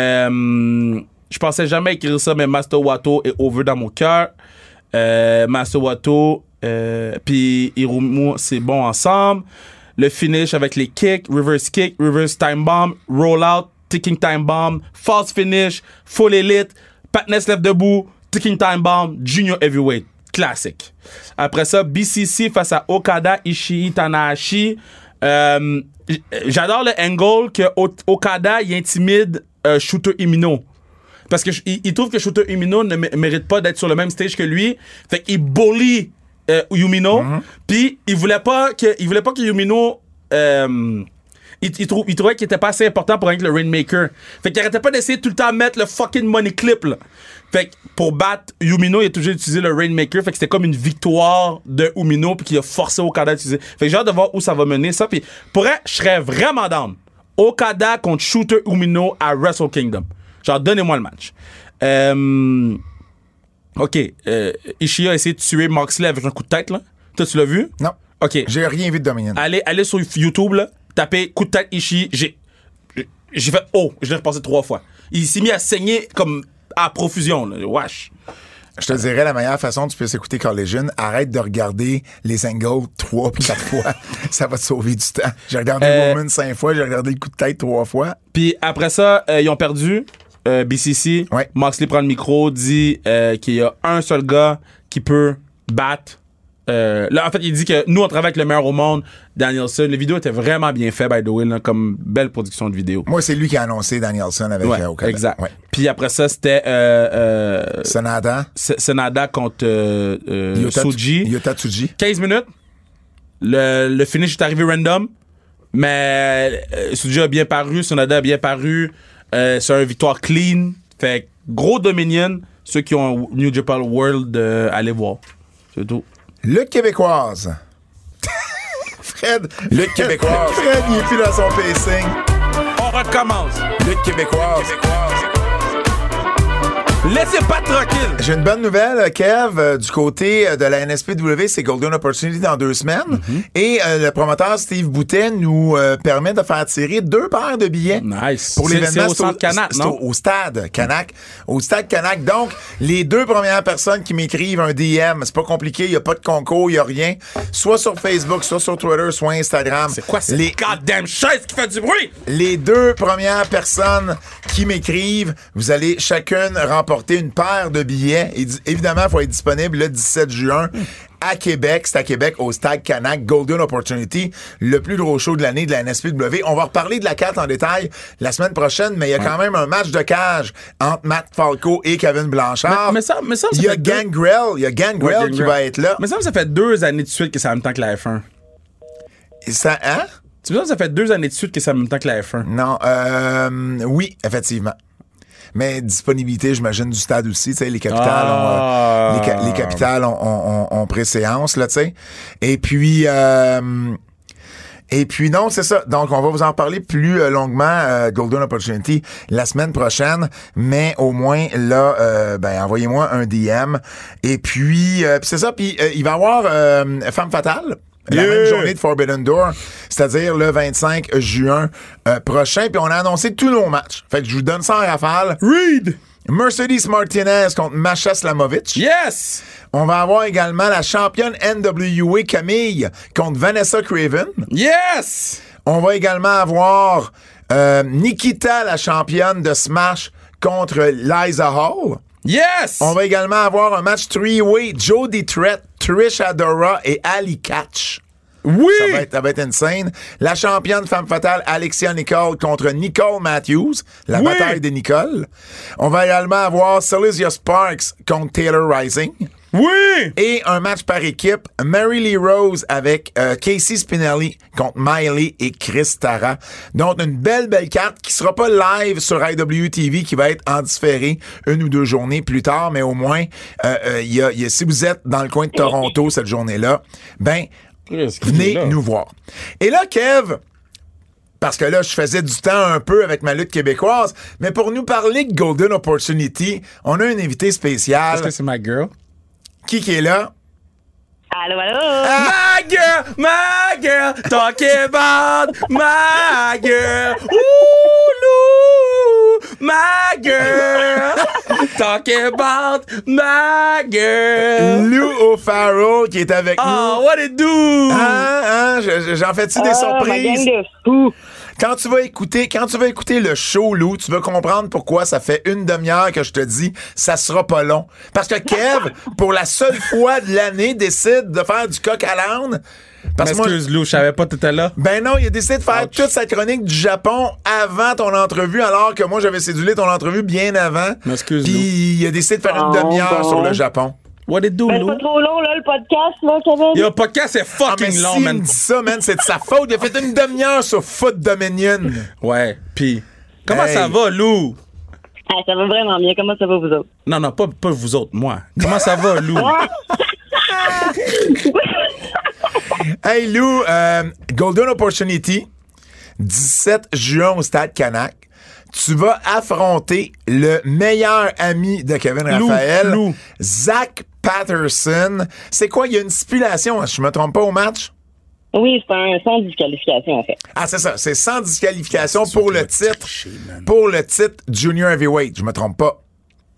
C: Euh, je pensais jamais écrire ça, mais Master Wato est over dans mon cœur. Euh, Master Wato, euh, puis Hiromu, c'est bon ensemble. Le finish avec les kicks, reverse kick, reverse time bomb, roll out, ticking time bomb, false finish, full elite, Patness lève debout, ticking time bomb, junior heavyweight. Classique. Après ça, BCC face à Okada, Ishii, Tanahashi. Euh, j- J'adore le angle que O- Okada il intimide euh, Shooter Imino. Parce que j- il, il trouve que Shooter Umino ne mé- mérite pas d'être sur le même stage que lui. Fait qu'il bully euh, Umino. Puis il voulait pas que il voulait pas que Umino euh, il, il trou- il trouvait qu'il était pas assez important pour être le Rainmaker. Fait qu'il arrêtait pas d'essayer tout le temps de mettre le fucking money clip là. Fait que pour battre Umino, il est obligé d'utiliser le Rainmaker. Fait que c'était comme une victoire de Umino puis qu'il a forcé Okada d'utiliser. Fait que j'ai hâte de voir où ça va mener ça. Puis pour elle, je serais vraiment down. Okada contre Shooter Umino à Wrestle Kingdom. Genre, donnez-moi le match. Euh, ok. euh, Ishii a essayé de tuer Moxley avec un coup de tête, là. Toi, tu l'as vu?
B: Non.
C: Ok.
B: J'ai rien vu de Dominion.
C: Allez, allez sur YouTube, là, tapez coup de tête Ishii. J'ai, j'ai fait oh, je l'ai repassé trois fois. Il s'est mis à saigner comme à profusion, là. Wesh.
B: Je te dirais la meilleure façon que tu puisses écouter Collision, arrête de regarder les angles trois puis quatre fois. Ça va te sauver du temps. J'ai regardé
C: Euh,
B: Woman cinq fois, j'ai regardé le coup de tête trois fois.
C: Puis après ça, euh, ils ont perdu. euh, BCC.
B: Ouais.
C: Moxley prend le micro, dit euh, qu'il y a un seul gars qui peut battre. euh, là, en fait, il dit que nous, on travaille avec le meilleur au monde, Danielson. La vidéo était vraiment bien faite, by the way, là, comme belle production de vidéo.
B: Moi, c'est lui qui a annoncé Danielson avec
C: Ouais,
B: euh, Okada.
C: exact.
B: Ouais.
C: Puis après ça, c'était euh, euh,
B: Sonata,
C: S- Senada contre euh, euh,
B: Yota
C: Suji.
B: Yota Tsuji.
C: 15 minutes. Le, le finish est arrivé random. Mais euh, Suji a bien paru, Sonada a bien paru. Euh, c'est une victoire clean. Fait que gros Dominion. Ceux qui ont New Japan World, euh, allez voir. C'est tout.
B: Le Québécoise. Fred.
A: Le Québécoise.
B: Fred, il est plus dans son pacing.
C: On recommence.
B: Le Québécoise.
C: Laissez pas tranquille.
B: J'ai une bonne nouvelle, Kev. Euh, Du côté euh, de la NSPW, c'est Golden Opportunity dans deux semaines.
C: Mhm.
B: Et euh, le promoteur Steve Boutet nous euh, permet de faire tirer deux paires de billets.
C: Nice.
B: Pour
C: C'est-
B: l'événement,
C: c'est au
B: c'est au,
C: Centre Canac,
B: c'est
C: non?
B: au- au stade Canac. Au stade Canac. Donc, les deux premières personnes qui m'écrivent un DM, c'est pas compliqué, il n'y a pas de concours, il n'y a rien. Soit sur Facebook, soit sur Twitter, soit Instagram.
C: C'est quoi cette
B: les,
C: goddamn chaise qui fait du bruit?
B: les deux premières personnes qui m'écrivent, vous allez chacune remporter apporté une paire de billets. Il dit, évidemment, il faut être disponible le 17 juin à Québec. C'est à Québec, au Stade Canac, Golden Opportunity, le plus gros show de l'année de la NSPW. On va reparler de la carte en détail la semaine prochaine, mais il y a quand même un match de cage entre Matt Falco et Kevin Blanchard.
C: Mais- mais ça- mais ça, ça
B: Ah, il y a
C: fait deux-
B: Gangrel, il y a Gangrel
C: Ouais,
B: qui
C: Gangrel.
B: va être là.
C: Mais ça, me semble que ça fait deux années de suite que c'est en même temps que la F1.
B: Et Ça, hein?
C: Tu me semble que ça fait deux années de suite que c'est en même temps que la F1.
B: Non, euh, oui, effectivement. Mais disponibilité, j'imagine, du stade aussi. Tu sais, les capitales
C: Ah.
B: ont, euh, les, ca- les capitales ont, ont- ont- ont préséance, là, tu sais. Et puis, euh, et puis non, c'est ça. Donc, on va vous en parler plus euh, longuement, euh, Golden Opportunity, la semaine prochaine. Mais au moins, là, euh, ben, envoyez-moi un DM. Et puis, euh, puis c'est ça. Puis, euh, il va y avoir euh, Femme Fatale. La
C: Yeah!
B: même journée de Forbidden Door, c'est-à-dire le 25 juin euh, prochain. Puis on a annoncé tous nos matchs. Fait que je vous donne ça en rafale.
C: Reed!
B: Mercedes Martinez contre Masha Slamovic.
C: Yes!
B: On va avoir également la championne NWA Camille contre Vanessa Craven.
C: Yes!
B: On va également avoir euh, Nikita, la championne de Smash, contre Liza Hall.
C: Yes!
B: On va également avoir un match three-way, Jody Trett, Trish Adora et Ali Catch.
C: Oui!
B: Ça va, être, ça va être insane. La championne femme fatale, Alexia Nicole, contre Nicole Matthews. La
C: Oui.
B: bataille des Nicole. On va également avoir Celestia Sparks contre Taylor Rising.
C: Oui!
B: Et un match par équipe, Mary Lee Rose avec euh, Casey Spinelli contre Miley et Chris Tara. Donc, une belle, belle carte qui sera pas live sur IWTV, qui va être en différé une ou deux journées plus tard, mais au moins, euh, euh, il y a- il y a- si vous êtes dans le coin de Toronto cette journée-là, ben, venez nous voir. Et là, Kev, parce que là, je faisais du temps un peu avec ma lutte québécoise, mais pour nous parler de Golden Opportunity, on a un invité
C: Est-ce que
B: spécial.
C: c'est ma girl?
B: Qui qui est là?
A: Allô, allô?
B: Ah!
C: My girl, my girl, talking about my girl. Ooh, loo, my girl, talking about my girl.
B: Lou O'Farrell qui est avec
C: Oh,
B: nous.
C: what it do?
B: Hein, hein, je- je- j'en fais-tu des
A: Ah,
B: surprises?
A: ma gang de fous.
B: Quand tu vas écouter, quand tu vas écouter le show, Lou, tu vas comprendre pourquoi ça fait une demi-heure que je te dis, ça sera pas long. Parce que Kev, pour la seule fois de l'année, décide de faire du coq à l'âne. Parce que moi-
C: Excuse Lou, je savais pas que t'étais là.
B: ben non, il a décidé de faire
C: Ouch.
B: toute sa chronique du Japon avant ton entrevue, alors que moi, j'avais cédulé ton entrevue bien avant.
C: M'excuse, Lou.
B: Puis il a décidé de faire une
A: Bon,
B: demi-heure
A: Ah, bon.
B: sur le Japon.
C: What it do,
A: Ben, c'est
C: Lou?
A: pas trop long, là, le podcast, là, Kevin?
C: Yo, podcast, c'est
B: Ah, mais
C: fucking
B: s'il
C: long,
B: me
C: man.
B: dit ça, man, c'est de sa faute. Il a fait une demi-heure sur Foot Dominion.
C: Ouais, pis. Comment
B: Hey.
C: ça va, Lou?
A: Ah, ça va vraiment bien. Comment ça va, vous autres?
C: Non, non, pas, pas vous autres, moi. Comment ça va, Lou?
B: Hey Lou, euh, Golden Opportunity, 17 juin au Stade Canac. Tu vas affronter le meilleur ami de Kevin
C: Lou,
B: Raphaël,
C: Lou.
B: Zach Patterson. C'est quoi? Il y a une stipulation, hein, je me trompe pas au match?
A: Oui, c'est un son de disqualification, en fait.
B: Ah, c'est ça. C'est sans disqualification pour le titre.
C: tricher, man.
B: Pour le titre Junior Heavyweight. Je me trompe pas.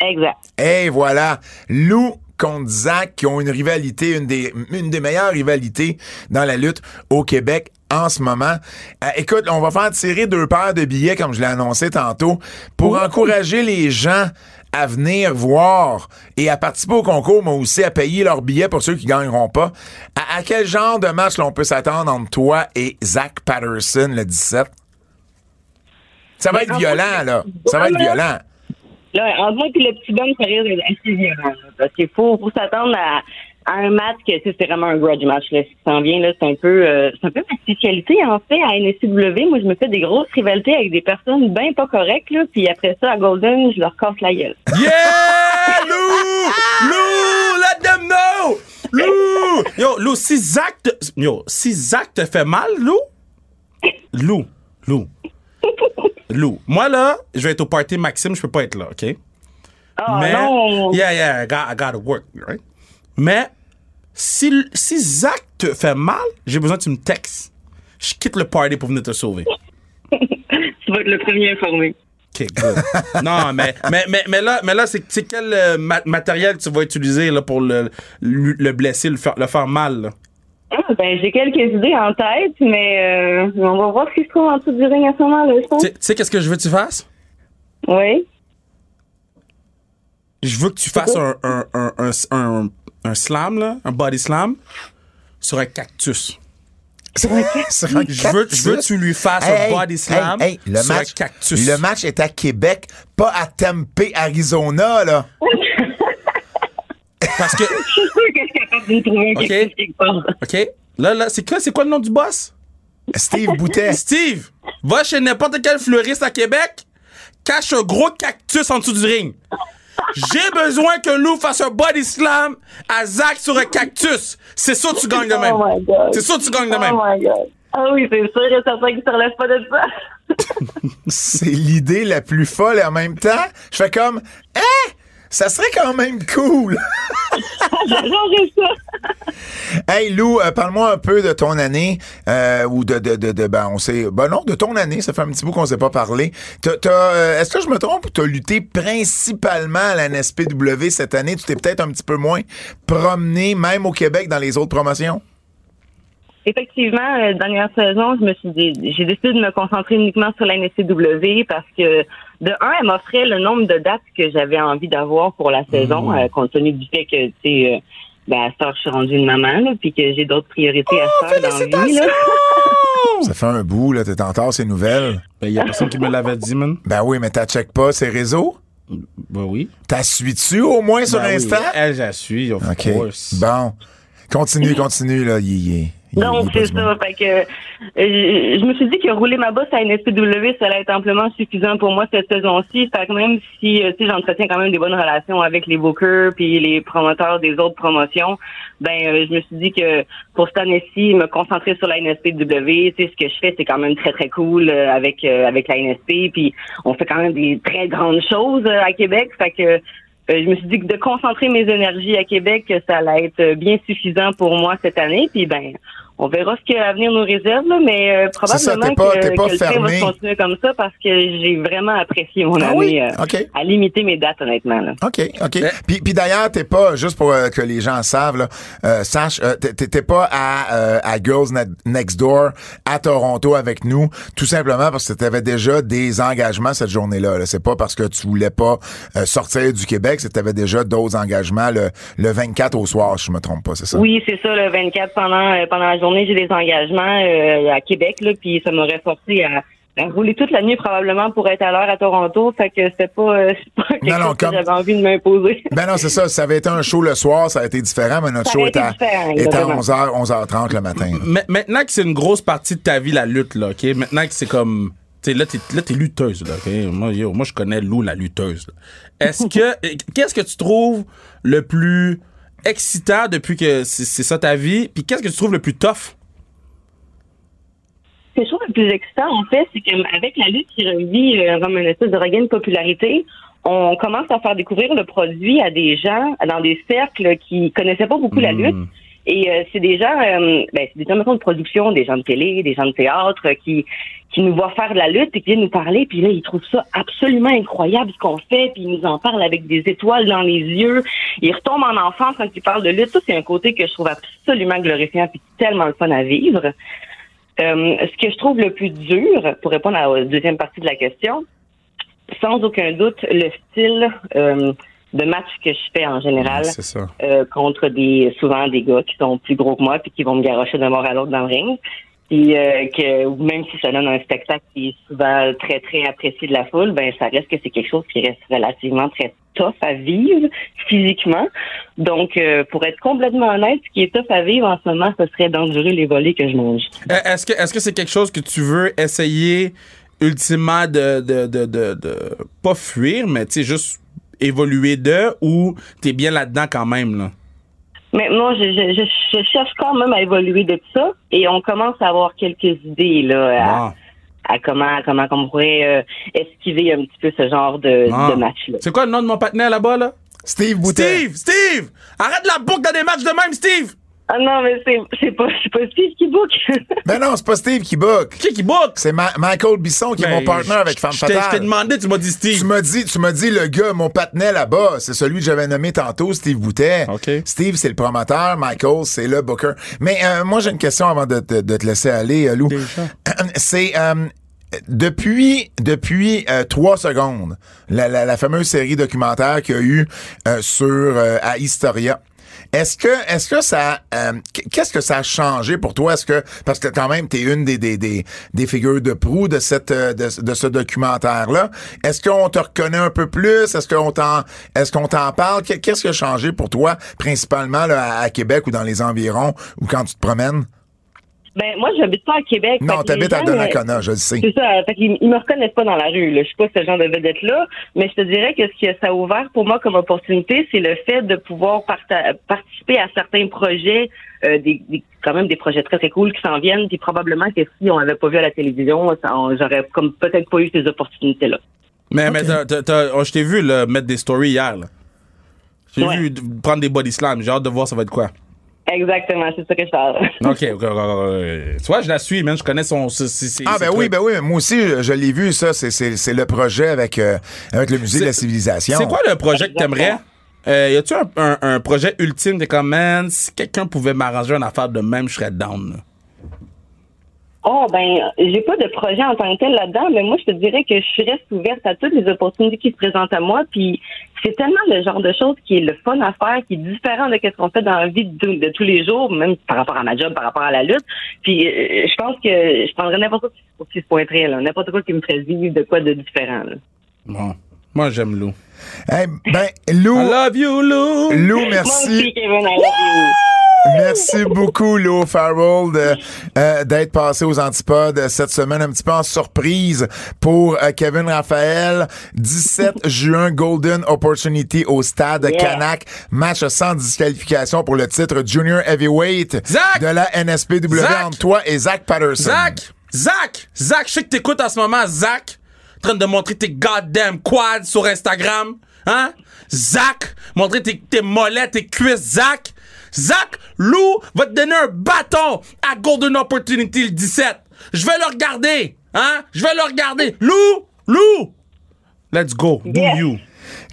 A: Exact.
B: Et voilà, Lou contre Zach qui ont une rivalité, une des, une des meilleures rivalités dans la lutte au Québec en ce moment. Euh, écoute, on va faire tirer deux paires de billets, comme je l'ai annoncé tantôt, pour encourager les gens à venir voir et à participer au concours, mais aussi à payer leurs billets pour ceux qui gagneront pas. À, à quel genre de match l'on peut s'attendre entre toi et Zach Patterson le 17? Ça va être violent, là. Ça va être violent.
A: Là, en moi puis le petit bonhomme, ça risque d'être assez violent. là, parce qu'il faut, faut s'attendre à, à un match que, tu sais, c'est vraiment un grudge match, là. Ce qui s'en vient, là, c'est un peu, euh, c'est un peu ma spécialité, en fait, à NSW. Moi, je me fais des grosses rivalités avec des personnes bien pas correctes, là. Puis après ça, à Golden, je leur casse la gueule.
C: Yeah! Lou! Lou! Let them know! Lou! Yo, Lou, si Zach te, yo, si Zach te fait mal, Lou? Lou, Lou. Lou. Moi, là, je vais être au party Maxime, je peux pas être là, OK?
A: Ah,
C: Mais,
A: non!
C: yeah, yeah, I, got, I gotta work, right? Mais, si, si Zach te fait mal, j'ai besoin que tu me textes. Je quitte le party pour venir te sauver.
A: Tu vas être le premier informé.
C: OK, good. non, mais, mais, mais, mais là, mais là c'est c'est quel euh, ma- matériel que tu vas utiliser là, pour le, le, le blesser, le faire, le faire mal? là?
A: Ah, ben, j'ai quelques idées en tête, mais euh, on va voir ce qui se trouve en dessous du ring à ce moment-là, je pense.
C: Tu sais- tu sais qu'est-ce que je veux que tu fasses?
A: Oui.
C: Je veux que tu fasses un, un, un, un, un- un slam, là, un body slam, sur un cactus.
B: Sur un
C: Je veux- je veux que tu lui fasses un body slam
B: hey, le
C: sur un
B: match,
C: cactus.
B: Le match est à Québec, pas à Tempe, Arizona, là.
C: Parce que,
A: Je suis sûre que je suis capable de trouver un
C: Ok.
A: quelque quelque part.
C: OK? Là, là, c'est quoi, c'est quoi le nom du boss?
B: Steve Boutet.
C: Steve, va chez n'importe quel fleuriste à Québec, cache un gros cactus en dessous du ring. J'ai besoin que Lou fasse un body slam à Zach sur un cactus. C'est sûr que tu gagnes de même.
A: Oh my God.
C: C'est sûr que tu gagnes de même.
A: Oh my God. Ah oui, c'est sûr et certain qu'il ne se relève pas de ça.
B: C'est l'idée la plus folle et en même temps, je fais comme, hein? Ça serait quand même cool.
A: J'adorerais ça.
B: Hey Lou, euh, parle-moi un peu de ton année euh, ou de, de, de, de- ben on sait ben non de ton année, ça fait un petit bout qu'on s'est pas parlé. T'as- t'as, euh, Est-ce que je me trompe ou t'as lutté principalement à la NSPW cette année Tu t'es peut-être un petit peu moins promené même au Québec dans les autres promotions.
A: Effectivement, euh, dernière saison, je me suis dit- j'ai décidé de me concentrer uniquement sur la NCW parce que de un, elle m'offrait le nombre de dates que j'avais envie d'avoir pour la saison, euh, compte tenu du fait que tu sais, euh, ben, à cette heure, je suis rendue une maman, là, puis que j'ai d'autres priorités à faire dans la vie. là.
C: Oh!
B: Ça fait un bout là, t'es en retard, c'est nouvelles.
C: Ben, y a personne qui me l'avait dit, man.
B: Ben oui, mais t'as check pas ces réseaux
C: Ben oui.
B: T'as suis-tu au moins sur
C: Ben oui.
B: Insta
C: Elle, je la suis, of
B: Ok. Ben,
C: course.
B: Bon, continue, continue là. il- il- il-
A: Donc,
B: il-
A: c'est ça. Fait que, euh, je, je me suis dit que rouler ma bosse à NSPW, ça allait être amplement suffisant pour moi cette saison-ci. Fait que même si, euh, tu sais, j'entretiens quand même des bonnes relations avec les bookers puis les promoteurs des autres promotions, ben, euh, je me suis dit que pour cette année-ci, me concentrer sur la NSPW, tu sais, ce que je fais, c'est quand même très, très cool euh, avec, euh, avec la NSP. Puis, on fait quand même des très grandes choses euh, à Québec. Fait que, euh, je me suis dit que de concentrer mes énergies à Québec, que ça allait être euh, bien suffisant pour moi cette année. Puis ben, on verra ce que l'avenir nous réserve, là, mais euh,
B: C'est ça,
A: probablement
B: t'es pas-
A: que,
B: t'es pas
A: que le train va
B: fermé.
A: se continuer comme ça parce que j'ai vraiment apprécié mon
B: Ah
A: année
B: oui?
A: euh,
B: OK.
A: à limiter mes dates, honnêtement. là.
B: OK, OK.
C: Mais-
B: Puis, puis d'ailleurs, t'es pas, juste pour euh, que les gens savent, là, euh, sache, euh, t'es- t'es t'es pas à, euh, à Girls Ne- Next Door à Toronto avec nous, tout simplement parce que t'avais déjà des engagements cette journée-là. là. C'est pas parce que tu voulais pas euh, sortir du Québec, c'est que t'avais déjà d'autres engagements le, le 24 au soir, je me trompe pas, c'est ça?
A: Oui, c'est ça, le 24 pendant euh, pendant la journée, j'ai des engagements euh, à Québec, là, puis ça m'aurait forcé à, à rouler toute la nuit probablement pour être à l'heure à Toronto. Fait que c'était pas, euh, c'est pas quelque
B: Non, non,
A: chose
B: comme-
A: que j'avais envie de m'imposer.
B: Ben non, c'est ça. Ça avait été un show le soir, ça a été différent, mais notre
A: Ça
B: show
A: aurait
B: était
A: été
B: à,
A: différent,
B: était à
A: exactement.
B: 11h, 11h30 le matin. là.
C: Ma- Maintenant que c'est une grosse partie de ta vie, la lutte, là, OK? Maintenant que c'est comme... T'sais, là, t'es, là, t'es lutteuse, là, OK? Moi, yo, moi, je connais Lou, la lutteuse. là. Est-ce que... eh, Qu'est-ce que tu trouves le plus excitant depuis que c'est, c'est ça ta vie? Puis qu'est-ce que tu trouves le plus tough?
A: Ce que je trouve le plus excitant, en fait, c'est qu'avec la lutte qui revit euh, comme une espèce de regain de popularité, on commence à faire découvrir le produit à des gens dans des cercles qui connaissaient pas beaucoup
C: Hmm,
A: la lutte. Et euh, c'est des gens, euh, ben, c'est des gens mettons, de production, des gens de télé, des gens de théâtre euh, qui qui nous voient faire de la lutte et qui viennent nous parler. Puis là, ils trouvent ça absolument incroyable ce qu'on fait. Puis ils nous en parlent avec des étoiles dans les yeux. Ils retombent en enfance quand ils parlent de lutte. Ça, c'est un côté que je trouve absolument glorifiant puis tellement le fun à vivre. Euh, ce que je trouve le plus dur, pour répondre à la deuxième partie de la question, sans aucun doute, le style euh, de match que je fais en général
C: C'est ça.
A: euh, contre des souvent des gars qui sont plus gros que moi puis qui vont me garrocher d'un bord à l'autre dans le ring. Puis euh, que même si ça donne un spectacle qui est souvent très très apprécié de la foule, ben ça reste que c'est quelque chose qui reste relativement très tough à vivre physiquement. Donc euh, pour être complètement honnête, ce qui est tough à vivre en ce moment, ce serait d'endurer les volets que je mange.
C: Euh, Est-ce que est-ce que c'est quelque chose que tu veux essayer ultimement de de, de, de, de- pas fuir mais tu sais juste évoluer de ou t'es bien là-dedans quand même là.
A: Mais moi, je, je, je, je cherche quand même à évoluer de ça et on commence à avoir quelques idées là, à,
C: Ah.
A: à comment comment on pourrait euh, esquiver un petit peu ce genre de,
C: Ah.
A: de match-là.
C: C'est quoi le nom de mon partenaire là-bas là
B: Steve Boutet.
C: Steve, Steve, arrête la boucle dans des matchs de même Steve.
A: Ah non, mais c'est c'est pas c'est pas Steve qui book.
B: Ben non, c'est pas Steve qui book.
C: Qui qui boucle
B: C'est Ma- Michael Bisson qui est mon partenaire avec Femme
C: Ben, Je t'ai- Je t'ai
B: Fatale.
C: demandé, tu m'as dit
B: Tu
C: Steve.
B: m'as dit, tu m'as dit le gars, mon patinet là-bas, c'est celui que j'avais nommé tantôt, Steve Boutet.
C: OK.
B: Steve, c'est le promoteur, Michael, c'est le booker. Mais euh, moi, j'ai une question avant de, te- de te laisser aller, euh, Lou.
C: Déjà.
B: C'est euh, depuis depuis euh, trois secondes, la, la- la fameuse série documentaire qu'il y a eu euh, sur euh, à Historia. Est-ce que est-ce que ça euh, qu- qu'est-ce que ça a changé pour toi Est-ce que parce que quand même t'es une des des, des des figures de proue de cette euh, de, de ce documentaire là. Est-ce qu'on te reconnaît un peu plus Est-ce qu'on t'en est-ce qu'on t'en parle Qu- Qu'est-ce qui a changé pour toi principalement là, à, à Québec ou dans les environs ou quand tu te promènes
A: Ben, moi, j'habite pas à Québec.
B: Non,
A: Fait que Ben, les
B: t'habites à
A: gens, euh,
B: Donnacona, je le sais.
A: C'est ça. Fait qu'ils ils me reconnaissent pas dans la rue. Là. Je suis pas ce genre de vedette-là. Mais je te dirais que ce que ça a ouvert pour moi comme opportunité, c'est le fait de pouvoir parta- participer à certains projets, euh, des, des- quand même des projets très, très cool qui s'en viennent. Puis probablement que si on l'avait pas vu à la télévision, ça- on- j'aurais comme peut-être pas eu ces opportunités-là.
C: Mais, mais t'as- t'as- t'as- oh, je t'ai vu là, mettre des stories hier. là. J'ai
A: Ouais.
C: vu d- prendre des body slams. J'ai hâte de voir ça va être quoi.
A: Exactement, c'est ça que je parle.
C: OK, ok, ok, ok. Tu vois, je la suis, man. Je connais son. ses- ses- ses-
B: Ah ben
C: ses
B: oui,
C: trucs.
B: ben oui, mais moi aussi je, je l'ai vu ça, c'est c'est c'est le projet avec euh, avec le musée de la
C: C'est-
B: civilisation.
C: C'est quoi le projet que t'aimerais? Euh, y a-tu un, un- un projet ultime de comme, man, si quelqu'un pouvait m'arranger une affaire de même, je serais down. là.
A: Oh ben, j'ai pas de projet en tant que tel là-dedans, mais moi je te dirais que je reste ouverte à toutes les opportunités qui se présentent à moi. Puis c'est tellement le genre de choses qui est le fun à faire, qui est différent de ce qu'on fait dans la vie de, de tous les jours, même par rapport à ma job, par rapport à la lutte. Puis euh, je pense que je prendrais n'importe quoi qui se pointerait là, n'importe quoi qui me ferait vivre de quoi de différent. là.
C: Bon. Moi, j'aime Lou.
B: Eh ben Lou,
C: I love you, Lou!
B: Lou,
A: Moi aussi,
B: merci.
A: Kevin, I love you.
B: Merci beaucoup, Lou Farrell, de, euh, d'être passé aux antipodes cette semaine, un petit peu en surprise pour euh, Kevin Raphaël. 17 juin, Golden Opportunity au stade
A: Yeah.
B: Canac. Match sans disqualification pour le titre Junior Heavyweight
C: Zach!
B: de la NSPW
C: Zach!
B: entre toi et Zach Patterson.
C: Zach! Zach! Zach, je sais que t'écoutes en ce moment, Zach! En train de montrer tes goddamn quads sur Instagram. Hein? Zach! Montrer tes, tes mollets, tes cuisses, Zach! Zach, Lou va te donner un bâton à Golden Opportunity le 17. Je vais le regarder. Hein? Je vais le regarder. Lou! Lou! Let's go. Do
A: Yes.
C: you.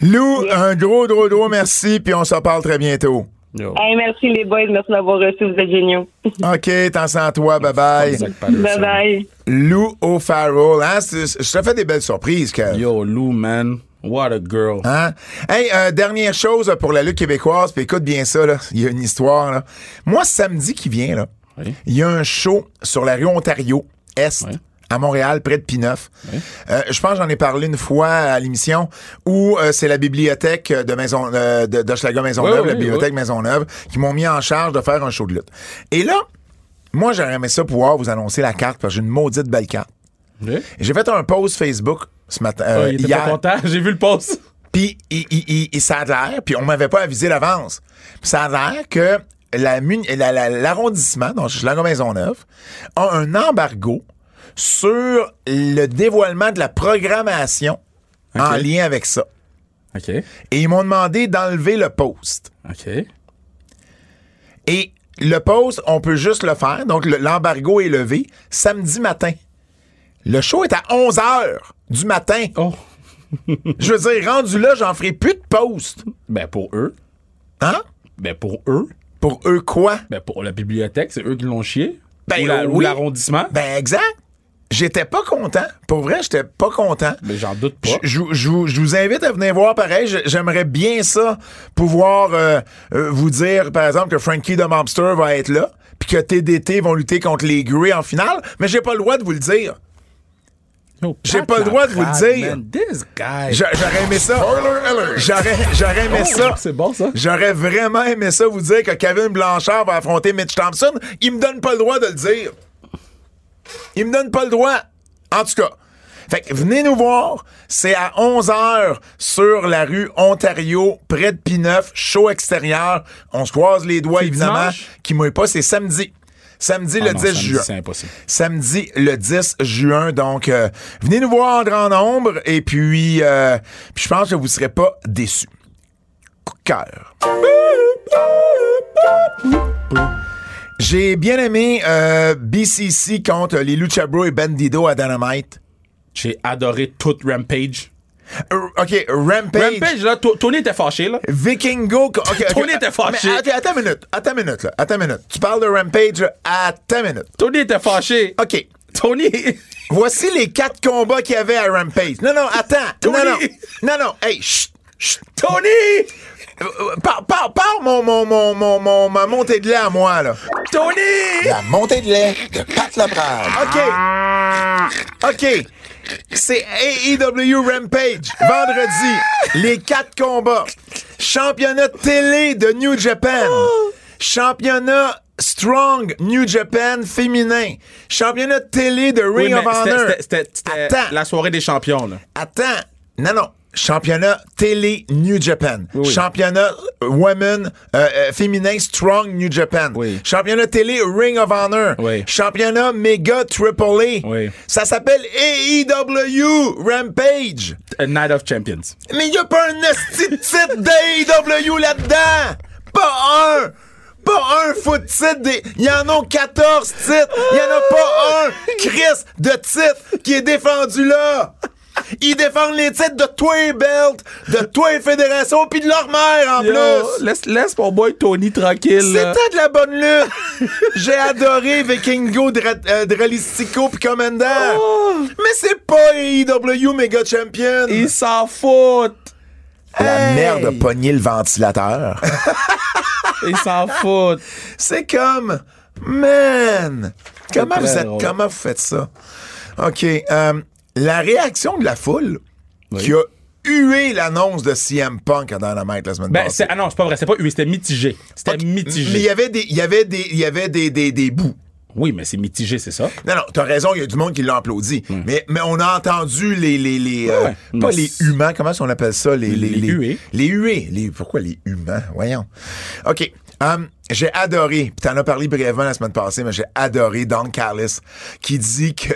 B: Lou, un gros, gros, gros merci, puis on se parle très bientôt.
C: Yo.
A: Hey, merci les boys, merci d'avoir reçu, vous êtes géniaux.
B: OK, t'en sens toi, bye-bye.
C: Zach Patterson.
A: Bye bye.
B: Lou O'Farrell, hein? c'est- Je te fais des belles surprises, Kev.
C: Yo, Lou, man. What a girl.
B: Hein? Hey, euh, dernière chose pour la lutte québécoise, puis écoute bien ça, là. il y a une histoire. Là. Moi, samedi qui vient, là,
C: Oui.
B: il y a un show sur la rue Ontario, Est.
C: Oui.
B: À Montréal, près de Pineuf. Euh, je pense que j'en ai parlé une fois à l'émission où euh, c'est la bibliothèque de Maison euh, de d'Hochelaga Maisonneuve,
C: Oui, oui,
B: la bibliothèque
C: oui.
B: Maisonneuve, qui m'ont mis en charge de faire un show de lutte. Et là, moi j'aurais aimé ça pouvoir vous annoncer la carte parce que j'ai une maudite belle carte. J'ai fait un post Facebook ce matin
C: Ah,
B: euh,
C: il était
B: hier.
C: pas content. J'ai vu le post.
B: Puis il, il- il- il- ça a l'air, puis on m'avait pas avisé d'avance. Puis ça a l'air que la muni- la- la- l'arrondissement, donc je suis Maisonneuve, a un embargo sur le dévoilement de la programmation en
C: Ok.
B: lien avec ça.
C: OK.
B: Et ils m'ont demandé d'enlever le post.
C: OK.
B: Et le post, on peut juste le faire. Donc le- l'embargo est levé samedi matin. Le show est à 11 h du matin.
C: Oh.
B: Je veux dire, rendu là, j'en ferai plus de post.
C: Ben pour eux.
B: Hein?
C: Ben pour eux.
B: Pour eux, quoi?
C: Ben pour la bibliothèque, c'est eux qui l'ont chié.
B: Ben
C: ou la- ou
B: oui.
C: l'arrondissement.
B: Ben exact. J'étais pas content. Pour vrai, j'étais pas content.
C: Mais j'en doute pas.
B: Je, je- je vous- je vous invite à venir voir pareil. Je- J'aimerais bien ça pouvoir euh, euh, vous dire, par exemple, que Frankie de Mobster va être là, puis que TDT vont lutter contre les Grey en finale, mais j'ai pas le droit de vous le dire.
C: Yo,
B: j'ai
C: Pat
B: pas le droit de vous le
C: Laprade,
B: dire.
C: Oh, man, this guy.
B: J'a- J'aurais aimé ça. J'aurais j'aurais aimé ça.
C: Oh, C'est bon ça.
B: J'aurais vraiment aimé ça vous dire que Kevin Blanchard va affronter Mitch Thompson. Il me donne pas le droit de le dire. Il me donne pas le droit. En tout cas. Fait que venez nous voir. C'est à 11h sur la rue Ontario, près de Pineuf, show extérieur. On se croise les doigts,
C: C'est
B: évidemment.
C: dimanche?
B: Qui mouille pas, c'est samedi. Samedi, le
C: Ah non,
B: 10
C: samedi,
B: juin.
C: c'est impossible.
B: Samedi, le 10 juin. Donc, euh, venez nous voir en grand nombre. Et puis, euh, puis je pense que vous serez pas déçus. Coup de cœur. J'ai bien aimé euh, BCC contre les Lucha Bro et Bandido à Dynamite.
C: J'ai adoré toute Rampage.
B: Euh, OK, Rampage.
C: Rampage là, To- Tony était fâché là.
B: Vikingo. ok, ok.
C: Tony était fâché.
B: Mais attends, attends une minute. Attends une minute, là. Attends une minute. Tu parles de Rampage. là. Attends une minute.
C: Tony était fâché.
B: OK.
C: Tony.
B: Voici les quatre combats qu'il y avait à Rampage. Non, non, attends. Non, non. Non, non. Hey, chut. chut.
C: Tony!
B: Euh, euh, Par, par, par mon, mon, mon, mon, mon- ma montée de lait à moi, là.
C: Tony!
D: La montée de lait de Pat Laprade.
B: OK. OK. C'est AEW Rampage, vendredi. Les quatre combats. Championnat télé de New Japan. Championnat Strong New Japan féminin. Championnat télé de
C: Oui,
B: Ring
C: mais
B: of
C: c'était-
B: Honor.
C: c'était- c'était- c'était
B: Attends.
C: la soirée des champions, là.
B: Attends. Non, non. Championnat télé New Japan.
C: oui.
B: Championnat euh, women euh, euh, féminin strong New Japan.
C: Oui.
B: Championnat télé Ring of Honor.
C: Oui.
B: Championnat méga Triple A.
C: Oui.
B: Ça s'appelle AEW Rampage.
C: A Night of Champions.
B: Mais il a pas un esti de titre d'AEW là-dedans! Pas un! Pas un foot titre! Des... Il y en a 14 titres! Il y en a pas un Chris de titre qui est défendu là! Ils défendent les titres de toi les belts, de toi les fédérations, puis de leur mère en plus!
C: laisse, laisse mon boy Tony tranquille. là.
B: C'était de la bonne lutte! J'ai adoré Vikingo, Dra- euh, Dralistico puis Commander! Mais c'est pas AEW Mega Champion!
C: Ils s'en foutent.
B: La
C: Hey!
B: merde a pogné le ventilateur!
C: Ils s'en foutent.
B: C'est comme, man, comment
C: très
B: vous, êtes,
C: drôle.
B: comment vous faites ça? OK. euh, la réaction de la foule qui a hué l'annonce de CM Punk à Dynamite la semaine
C: Ben,
B: passée.
C: c'est, ah non, c'est pas vrai. C'est pas hué, c'était mitigé. C'était
B: Mais il y
C: mitigé.
B: avait des, il y avait des, il y avait des, des, des bouts.
C: Oui, mais c'est mitigé, c'est ça.
B: Non, non, t'as raison, il y a du monde qui l'a applaudi. Mais, mais on a entendu les. les, les euh,
C: Hmm. Ouais, ouais.
B: pas
C: Mais
B: les
C: c'est-
B: humans, comment est-ce qu'on appelle ça Les, les,
C: Les huées.
B: Les huées. Les, pourquoi les humans Voyons. OK. hum, j'ai adoré, puis t'en as parlé brièvement la semaine passée, mais j'ai adoré Don Callis qui dit que.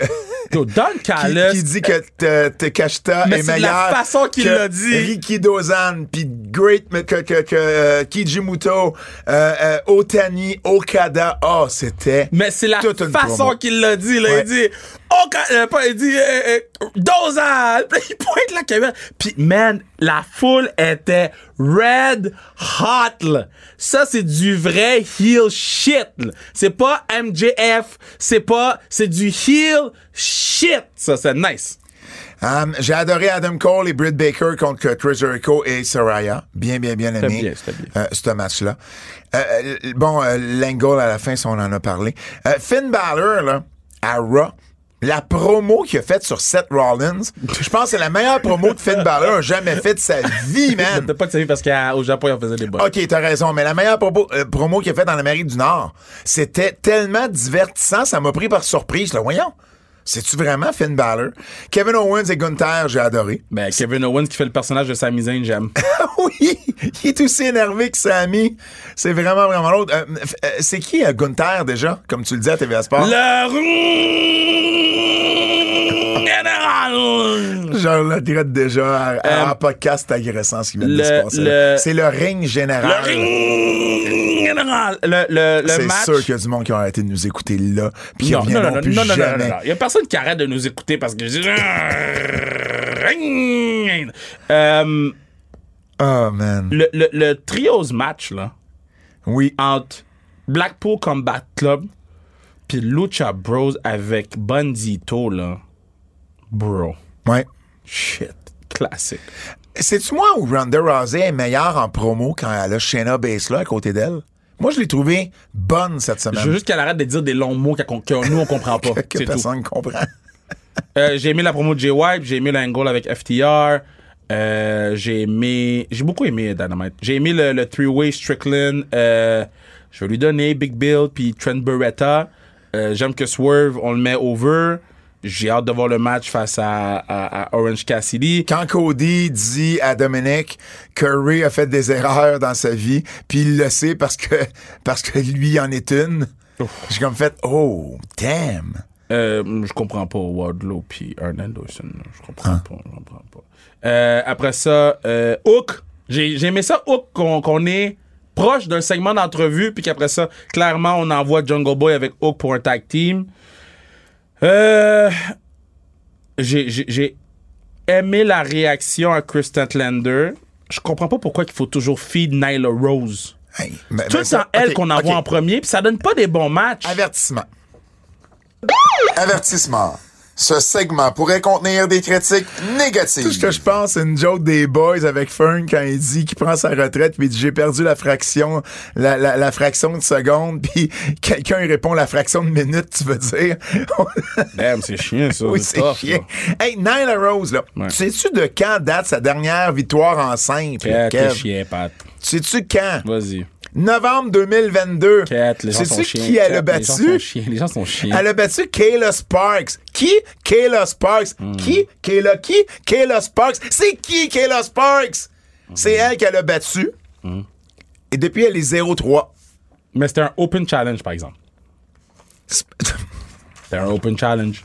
C: Yo, Don
B: Qui,
C: Callis.
B: qui dit que te, te Kashta
C: Mais
B: est
C: c'est de
B: meilleur.
C: la façon qu'il
B: que
C: l'a dit.
B: Ricky Dozan, puis Great, que, que, que, euh, Kijimuto, euh, euh, Otani, Okada. Oh, c'était.
C: Mais c'est la
B: toute une promo.
C: façon qu'il l'a dit, là.
B: Ouais.
C: Il dit, oh, quand- euh, pas, il dit, euh, euh, Dozan! Puis il pointe la caméra. Puis, man, la foule était red hot, là. Ça, c'est du vrai heel shit, là. C'est pas MJF, c'est pas, c'est du heel shit. Ça, c'est nice.
B: Um, j'ai adoré Adam Cole et Britt Baker contre Chris Jericho et Soraya. Bien, bien, bien aimé.
C: bien, c'était bien.
B: euh, ce match-là. Euh, euh, bon, euh, Langle, à la fin, ça, on en a parlé. Euh, Finn Balor, là, à Raw, la promo qu'il a faite sur Seth Rollins, je pense que c'est la meilleure promo que Finn Balor a jamais faite de sa vie, man.
C: T'as pas de sérieux parce qu'au Japon, ils en faisaient des bonnes.
B: OK, t'as raison, mais la meilleure propo- euh, promo qu'il a faite en Amérique du Nord, c'était tellement divertissant, ça m'a pris par surprise. Là, voyons, c'est-tu vraiment Finn Balor? Kevin Owens et Gunther, j'ai adoré.
C: Ben, Kevin Owens qui fait le personnage de Sami Zayn, j'aime.
B: oui, il est aussi énervé que Sammy. C'est vraiment, vraiment l'autre. Euh, f- euh, c'est qui euh, Gunther déjà, comme tu le dis à TVA Sport?
C: Le roux général!
B: Je le regrette déjà à- à-
C: Euh,
B: en podcast c'est agressant ce qui vient de
C: le-
B: se passer.
C: le-
B: là. C'est le ring
C: Le
B: général.
C: ring général. Le, le, le
B: Ah. C'est
C: match.
B: sûr qu'il y a du monde qui a arrêté de nous écouter là, puis qui
C: non, non, non,
B: reviendront
C: non,
B: plus
C: non, non, non,
B: jamais.
C: non, non. Il y a personne qui arrête de nous écouter parce que je dis. Le ring. Euh,
B: Oh man.
C: le, le, le trios match, là,
B: Oui.
C: entre Blackpool Combat Club puis Lucha Bros avec Bandito, là. Bro.
B: Ouais.
C: Shit. Classique.
B: C'est-tu moi où Ronda Rousey est meilleure en promo quand elle a Shayna Baszler à côté d'elle? Moi, je l'ai trouvée bonne cette
C: Je veux
B: semaine.
C: juste qu'elle arrête de dire des longs mots qu'à- qu'on- que nous, on comprend pas.
B: Que
C: C'est tout.
B: personne ne comprend.
C: Euh, j'ai aimé la promo de J-Wipe, j'ai aimé l'angle avec FTR, euh, j'ai aimé... J'ai beaucoup aimé Dynamite. J'ai aimé le, le three-way Strickland. euh, je vais lui donner Big Bill puis Trent Beretta. Euh, J'aime que Swerve, on le met over. J'ai hâte de voir le match face à, à- à Orange Cassidy.
B: quand Cody dit à Dominic que Ray a fait des erreurs dans sa vie, puis il le sait parce que parce que lui en est une. J'ai comme fait oh damn.
C: Euh, je comprends pas Wardlow puis Arn Anderson. Je
B: Hein?
C: comprends pas, je comprends pas. Euh, après ça, euh, Hook. J'ai j'ai aimé ça, Hook, qu'on qu'on est proche d'un segment d'entrevue, puis qu'après ça, clairement, on envoie Jungle Boy avec Hook pour un tag team. Euh, J'ai j'ai- j'ai aimé la réaction à Chris Statlander. Je comprends pas pourquoi il faut toujours feed Nyla Rose.
B: Hey, mais-
C: Tout
B: mais
C: le
B: ça-
C: temps, elle
B: ok,
C: qu'on envoie
B: ok.
C: en premier, puis ça donne pas des bons matchs.
B: Avertissement.
D: Avertissement. Ce segment pourrait contenir des critiques
B: Tout ce
D: négatives.
B: que je pense, c'est une joke des boys avec Fern quand il dit qu'il prend sa retraite puis il dit j'ai perdu la fraction, la, la, la fraction de seconde puis quelqu'un il répond la fraction de minute, tu veux dire.
C: Damn, c'est chiant, ça.
B: oui, c'est
C: tough,
B: chiant.
C: là.
B: Hey, Nyla Rose, là,
C: Ouais.
B: sais-tu de quand date sa dernière victoire en simple?
C: Cat,
B: Kev?
C: le chien, Pat.
B: Sais-tu quand?
C: Vas-y.
B: Novembre 2022.
C: Cat, les gens sont
B: Sais-tu
C: chiens.
B: qui elle a
C: Cat, les gens sont
B: battu?
C: chiens, Les gens sont chiens.
B: Elle a battu Kayla Sparks. Qui? Kayla Sparks. Qui? Kayla qui? Kayla Sparks. C'est qui Kayla Sparks? C'est elle qu'elle a battu. Et depuis, elle est 0-3.
C: Mais c'était un open challenge, par exemple.
B: C'est-
C: C'était un open challenge.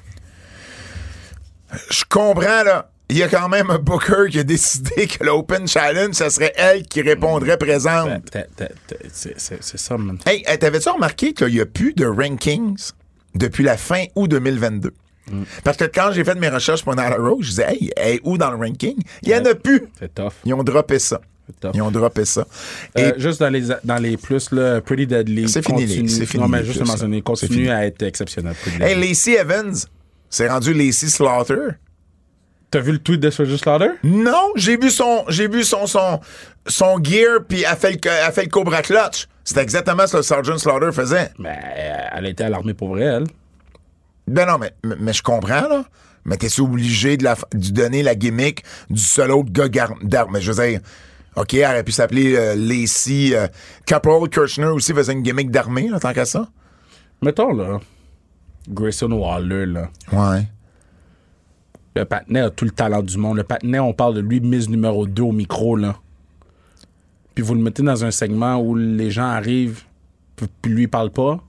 B: Je comprends, là. Il y a quand même un booker qui a décidé que l'Open Challenge, ce serait elle qui répondrait présente.
C: T'as- t'as- t'as- t'as- C'est c'est- c'est ça, man.
B: Hey, euh, t'avais-tu remarqué qu'il n'y a plus de rankings depuis la fin août 2022? Parce que quand j'ai fait mes recherches pendant la road, je disais, hey, elle est où dans le ranking? Il n'y en a plus.
C: C'est tough.
B: Ils ont droppé ça.
C: tough.
B: Ils ont droppé ça. Et
C: Euh, juste dans les, dans les plus, là, Pretty Deadly.
B: C'est fini,
C: continue-
B: les- c'est fini,
C: Non, mais
B: les
C: juste
B: plus,
C: le
B: là.
C: mentionner,
B: C'est fini.
C: continue à être exceptionnel. Pretty
B: hey,
C: Deadly.
B: Lacey Evans, c'est rendu Lacey Slaughter.
C: T'as vu le tweet de Soju Slaughter?
B: Non, j'ai vu son, j'ai vu son, son, son gear, puis elle fait le, elle fait le Cobra Clutch. C'était exactement ce que le Sergeant Slaughter faisait.
C: Mais euh, elle était alarmée pour vrai, elle.
B: Ben non, mais, mais, mais je comprends, là. Mais t'es-tu obligé de, la, f- de donner la gimmick du seul autre gars gar- d'armes? Mais je veux dire, OK, elle aurait pu s'appeler euh, Lacey. euh, Caporal Kirchner aussi faisait une gimmick d'armée, là, tant qu'à ça.
C: Mettons, là, Grayson Waller, là.
B: Ouais.
C: Le Patnais a tout le talent du monde. Le Patnais, on parle de lui, mise numéro 2 au micro, là. Puis vous le mettez dans un segment où les gens arrivent, puis puis lui, il parle pas.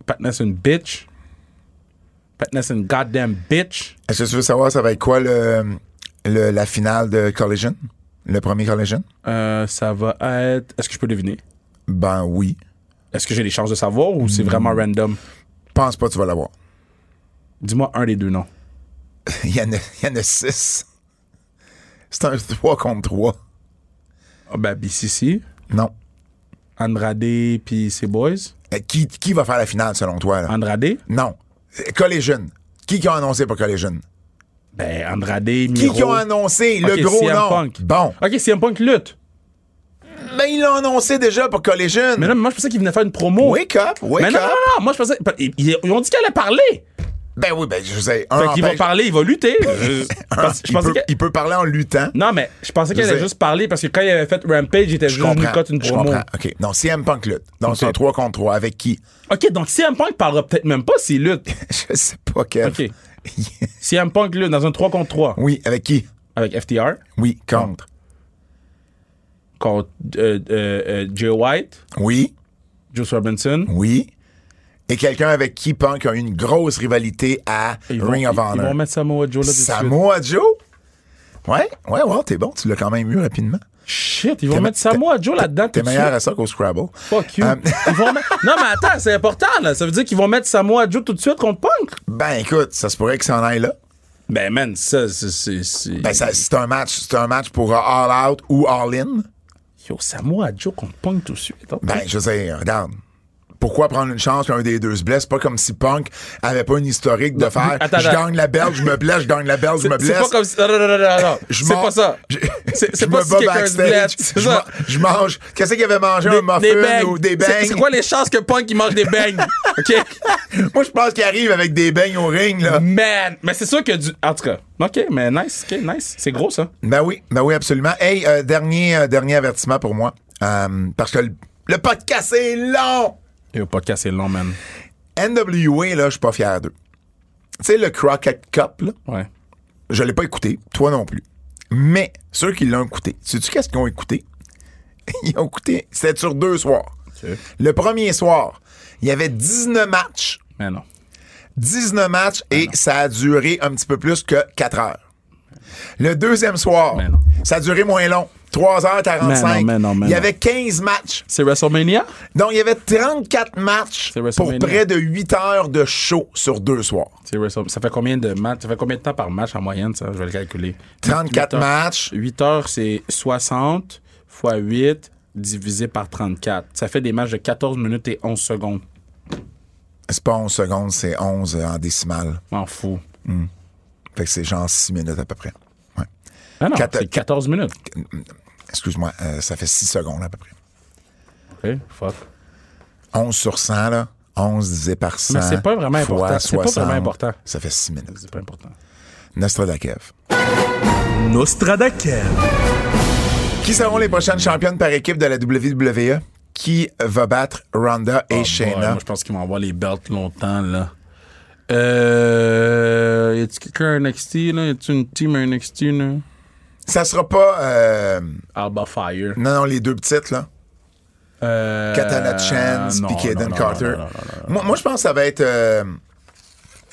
C: Le Patnais, c'est une bitch. Le Patnais, c'est une goddamn bitch.
B: Est-ce que tu veux savoir ça va être quoi le, le- la finale de Collision? Le premier Collision?
C: Euh, ça va être. Est-ce que je peux deviner?
B: Ben oui.
C: Est-ce que j'ai des chances de savoir ou c'est vraiment random?
B: Pense pas que tu vas l'avoir.
C: Dis-moi un des deux noms.
B: Il y en a, il y en a six. C'est un 3 contre 3.
C: Ah ben, BCC,
B: Non.
C: Andrade, puis ses boys.
B: Euh, Qui, qui va faire la finale selon toi?
C: Ah.
B: Là?
C: Andrade?
B: Non. Euh, Collision. Qui qui a annoncé pour Collision?
C: Ben, Andrade, Miro.
B: Qui qui a annoncé le
C: Ok,
B: gros
C: CM
B: nom?
C: Punk.
B: Bon.
C: Ok, CM Punk lutte.
B: Mais il l'a annoncé déjà pour Collision.
C: Mais là, moi, je pensais qu'il venait faire une promo.
B: Wake up, wake
C: Mais non, non,
B: up.
C: non, moi, je pensais. Ils, ils ont dit qu'elle allait parler.
B: Ben oui, ben je sais.
C: Fait
B: Un
C: qu'il va
B: empêche-
C: parler, il va lutter. Je, je
B: un,
C: pense- je
B: il,
C: pensais
B: peut,
C: que-
B: il peut parler en luttant.
C: Non, mais je pensais qu'elle
B: Je
C: allait
B: sais.
C: juste parler parce que quand il avait fait Rampage, il était
B: Je
C: juste venu
B: comprends.
C: cote une
B: Je
C: promo.
B: comprends. OK. Non, CM Punk lutte. Donc, c'est un 3 contre 3. Avec qui?
C: Ok, donc CM Punk parlera peut-être même pas s'il lutte.
B: Je sais pas, quel.
C: Ok. CM Punk lutte dans un 3 contre 3
B: oui, avec qui?
C: avec FTR
B: Oui, contre.
C: contre euh, euh, euh, Jay White,
B: Oui,
C: Juice Robinson.
B: oui. Et quelqu'un avec qui Punk a eu une grosse rivalité à
C: Ils vont-
B: Ring of
C: ils- Ils vont
B: Honor.
C: mettre Samoa Joe là tout de suite.
B: Samoa Joe? Ouais, ouais, ouais, t'es bon. Tu l'as quand même eu rapidement.
C: Shit, ils vont
B: T'es-
C: mettre Samoa Joe là-dedans tout
B: T'es
C: de suite.
B: meilleur à ça qu'au Scrabble.
C: Fuck you.
B: Euh,
C: Ils vont mettre- Non, mais attends, c'est important, là. Ça veut dire qu'ils vont mettre Samoa Joe tout de suite contre Punk.
B: ben écoute, ça se pourrait que ça en aille là.
C: Ben, man, ça, c'est- c'est. c'est-
B: Ben, ça- c'est un match, c'est un match pour euh, All Out ou All In.
C: Yo, Samoa Joe contre Punk tout de suite. hein.
B: Ben, je sais, regarde. Pourquoi prendre une chance qu'un des deux se blesse? Pas comme si Punk avait pas une historique de faire
C: attends,
B: je
C: attends.
B: gagne la belle, je me blesse, je gagne la belle, je me
C: C'est- C'est
B: blesse.
C: pas comme si. Non, non, non, non, non.
B: Je
C: C'est
B: m'en-
C: pas ça.
B: Je-
C: C'est
B: je
C: c'est
B: me
C: pas si
B: bats
C: quelqu'un se blesse.
B: backstage,
C: C'est
B: je
C: ça.
B: man- Je mange. Qu'est-ce qu'il avait mangé? un muffin
C: bangs.
B: ou des
C: C'est- C'est
B: beignes?
C: quoi les chances que Punk il mange des bangs? OK?
B: Moi, je pense qu'il arrive avec des beignes au ring, là.
C: Man! Mais c'est sûr que du. En tout cas. OK, mais nice. OK, nice. C'est gros, ça.
B: Ben oui, ben oui, absolument. Hey, euh, dernier, euh, dernier avertissement pour moi. Euh, parce que le, le podcast est long!
C: Et le podcast est long, man.
B: NWA, là, je suis pas fier d'eux. Tu sais, le Crockett Cup, là,
C: Ouais.
B: je l'ai pas écouté, toi non plus. Mais ceux qui l'ont écouté, sais-tu qu'est-ce qu'ils ont écouté? Ils ont écouté, c'était sur deux soirs.
C: Ok.
B: Le premier soir, il y avait 19 matchs.
C: Mais non.
B: 19 matchs
C: Ben
B: et ça a duré un petit peu plus que 4 heures. Le deuxième soir,
C: Mais Ben non.
B: ça a duré moins long. 3h45.
C: Mais non, mais non, mais
B: il y
C: non.
B: avait 15 matchs.
C: C'est WrestleMania?
B: Donc, il y avait 34 matchs
C: C'est
B: pour
C: WrestleMania.
B: près de 8 heures de show sur deux soirs.
C: C'est WrestleMania. Ça fait combien de matchs? Ça fait combien de temps par match en moyenne, ça? Je vais le calculer.
B: 34
C: Huit heures.
B: matchs.
C: 8 heures, c'est 60 fois 8 divisé par 34. Ça fait des matchs de 14 minutes et 11 secondes.
B: C'est pas 11 secondes, c'est 11 en décimale.
C: M'en fous.
B: Fait que c'est genre 6 minutes à peu près. Ouais.
C: Ah non,
B: Quat-
C: c'est 14 minutes.
B: Excuse-moi, euh, ça fait 6 secondes à peu près.
C: OK, Eh, fuck.
B: 11 sur 100, là. 11 divisé par 100.
C: Mais c'est pas vraiment
B: fois
C: important. C'est pas vraiment
B: 60,
C: important.
B: Ça fait 6 minutes.
C: C'est pas important.
B: Nostradakev.
C: Nostradakev.
B: Qui seront les prochaines championnes par équipe de la WWE? Qui va battre Ronda et Shayna?
C: Ah, Oh, moi, je pense qu'ils vont avoir les belts longtemps, là. Euh. Y a-tu quelqu'un à NXT, là? Y a-tu une team à NXT, là?
B: Ça sera pas... euh,
C: Alba Fire.
B: Non, non, les deux petites, là.
C: Euh,
B: Katana Chance,
C: non,
B: puis
C: non,
B: Kaden
C: non,
B: Carter.
C: non, non, non, non.
B: Moi, moi, je pense que ça va être... euh,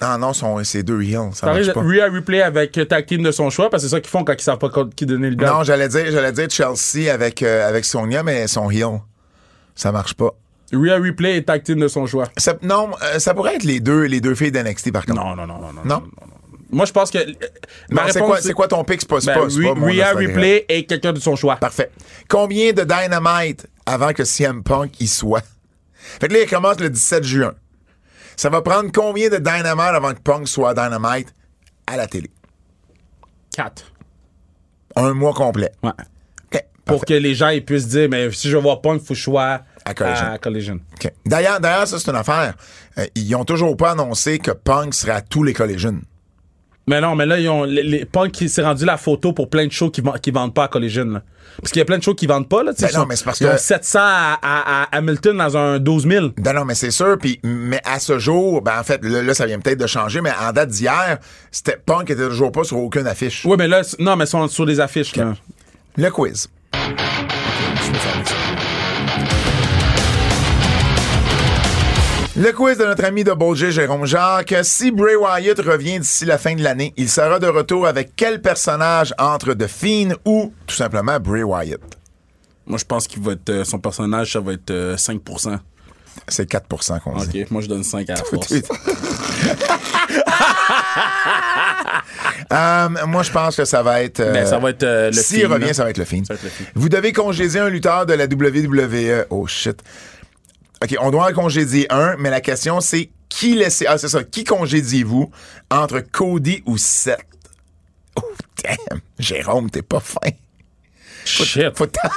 B: Ah non, sont- c'est deux heels. Ça
C: T'arrives
B: marche pas.
C: Rhea Ripley avec euh, tag team de son choix, parce que c'est ça qu'ils font quand ils savent pas contre qui donner le belt.
B: Non, j'allais dire, j'allais dire Chelsea avec, euh, avec Sonia, mais son heel. Ça marche pas.
C: Rhea Ripley et tag team de son choix.
B: Ça- non, euh, ça pourrait être les deux, les deux filles d'NXT, par contre.
C: Non, non, non, non, non.
B: Non?
C: Moi, je pense que. euh,
B: Non,
C: ma
B: c'est
C: réponse,
B: quoi, c'est quoi ton pic? C'est pas, c'est
C: Ben,
B: pas- c'est
C: Rhea
B: pas mon
C: Rhea
B: Instagram.
C: Ripley et quelqu'un de son choix.
B: Parfait. Combien de Dynamite avant que CM Punk y soit? Fait que là, il commence le 17 juin. Ça va prendre combien de Dynamite avant que Punk soit à Dynamite à la télé?
C: 4.
B: Un mois complet.
C: Ouais.
B: OK.
C: Pour
B: Parfait.
C: que les gens ils puissent dire, mais si je veux voir Punk, faut que je sois
B: À Collision.
C: à Collision.
B: OK. D'ailleurs, d'ailleurs, ça, c'est une affaire. Euh, ils ont toujours pas annoncé que Punk serait à tous les collégiens.
C: Mais non, mais là, ils ont, les, les- Punk il s'est rendu la photo pour plein de shows qui, vend- qui vendent pas à Collision. là. Parce qu'il y a plein de shows qui vendent pas. Là, tu sais,
B: Ben
C: ils
B: non,
C: sont-
B: mais c'est parce
C: ils
B: que-
C: ont 700 à, à- à Hamilton dans un 12 000.
B: Non, Ben non, mais c'est sûr. Puis, mais à ce jour, ben en fait, là, là, ça vient peut-être de changer, mais en date d'hier, c'était Punk était toujours pas sur aucune affiche.
C: Oui, mais là, c'est- non, mais ils sont sur des affiches. là.
B: Le quiz. Le quiz de notre ami de Bolger, Jérôme Jacques. Si Bray Wyatt revient d'ici la fin de l'année, il sera de retour avec quel personnage entre The Fiend ou tout simplement Bray Wyatt?
C: Moi, je pense qu'il va être. euh, son personnage, ça va être euh, 5
B: C'est 4 qu'on dit.
C: moi, je donne 5 à la force.
B: Euh, moi, je pense que ça va être. euh,
C: Ben, ça va être, euh, le
B: S'il
C: Fiend,
B: revient,
C: là.
B: ça va être le film.
C: Ça va être le Fiend.
B: Vous devez congédier un lutteur de la WWE. Oh shit. OK, on doit en congédier un, mais la question, c'est qui laissez. Ah, c'est ça. Qui congédiez-vous entre Cody ou Seth? Oh, damn. Jérôme, t'es pas fin.
C: Shit.
B: Faut t'en.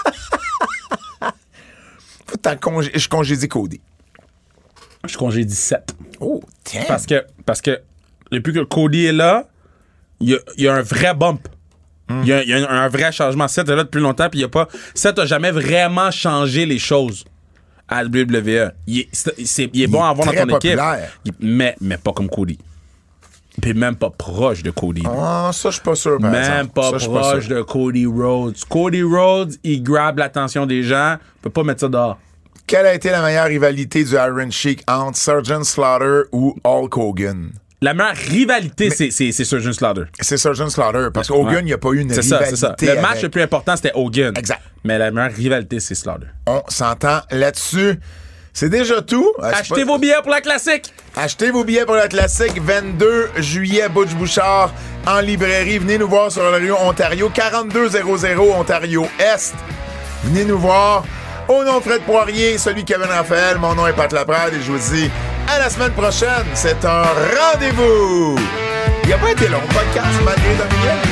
B: Faut t'en congé- Je congédie Cody.
C: Je congédie 7.
B: Oh, damn.
C: Parce que, parce que depuis que Cody est là, il y a, il y a un vrai bump. Il y a, il y a un, un vrai changement. Seth est là depuis longtemps, puis il y a pas. Seth n'a jamais vraiment changé les choses à la WWE. Il est, c'est- c'est- il est bon à avoir dans
B: très
C: ton équipe.
B: populaire.
C: Il- mais, mais pas comme Cody. Puis même pas proche de Cody.
B: Ah, ça, je suis pas sûr. par
C: Même
B: exemple.
C: pas
B: Ça, je suis
C: proche
B: sûr.
C: de Cody Rhodes. Cody Rhodes, il grabe l'attention des gens. peut pas mettre ça dehors.
B: Quelle a été la meilleure rivalité du Iron Sheik entre Sgt. Slaughter ou Hulk Hogan?
C: La meilleure rivalité, c'est- c'est c'est Surgeon Slaughter.
B: C'est Sgt. Slaughter, parce qu'Hogan, il n'y a pas eu une
C: C'est
B: rivalité.
C: ça, c'est ça. Le match
B: avec.
C: le plus important, c'était Hogan.
B: Exact. Ah,
C: Mais la meilleure rivalité, c'est Slaughter.
B: On s'entend là-dessus. C'est déjà tout. Euh, c'est
C: Achetez
B: pas-
C: vos billets pour la classique!
B: Achetez vos billets pour le classique 22 juillet, Butch Bouchard, en librairie. Venez nous voir sur le Rio Ontario, 4200 Ontario Est. Venez nous voir. Au nom de Fred Poirier, celui de Kevin Raphaël, mon nom est Pat Laprade et je vous dis à la semaine prochaine. C'est un rendez-vous. Il n'a pas été long, le podcast, malgré Dominique.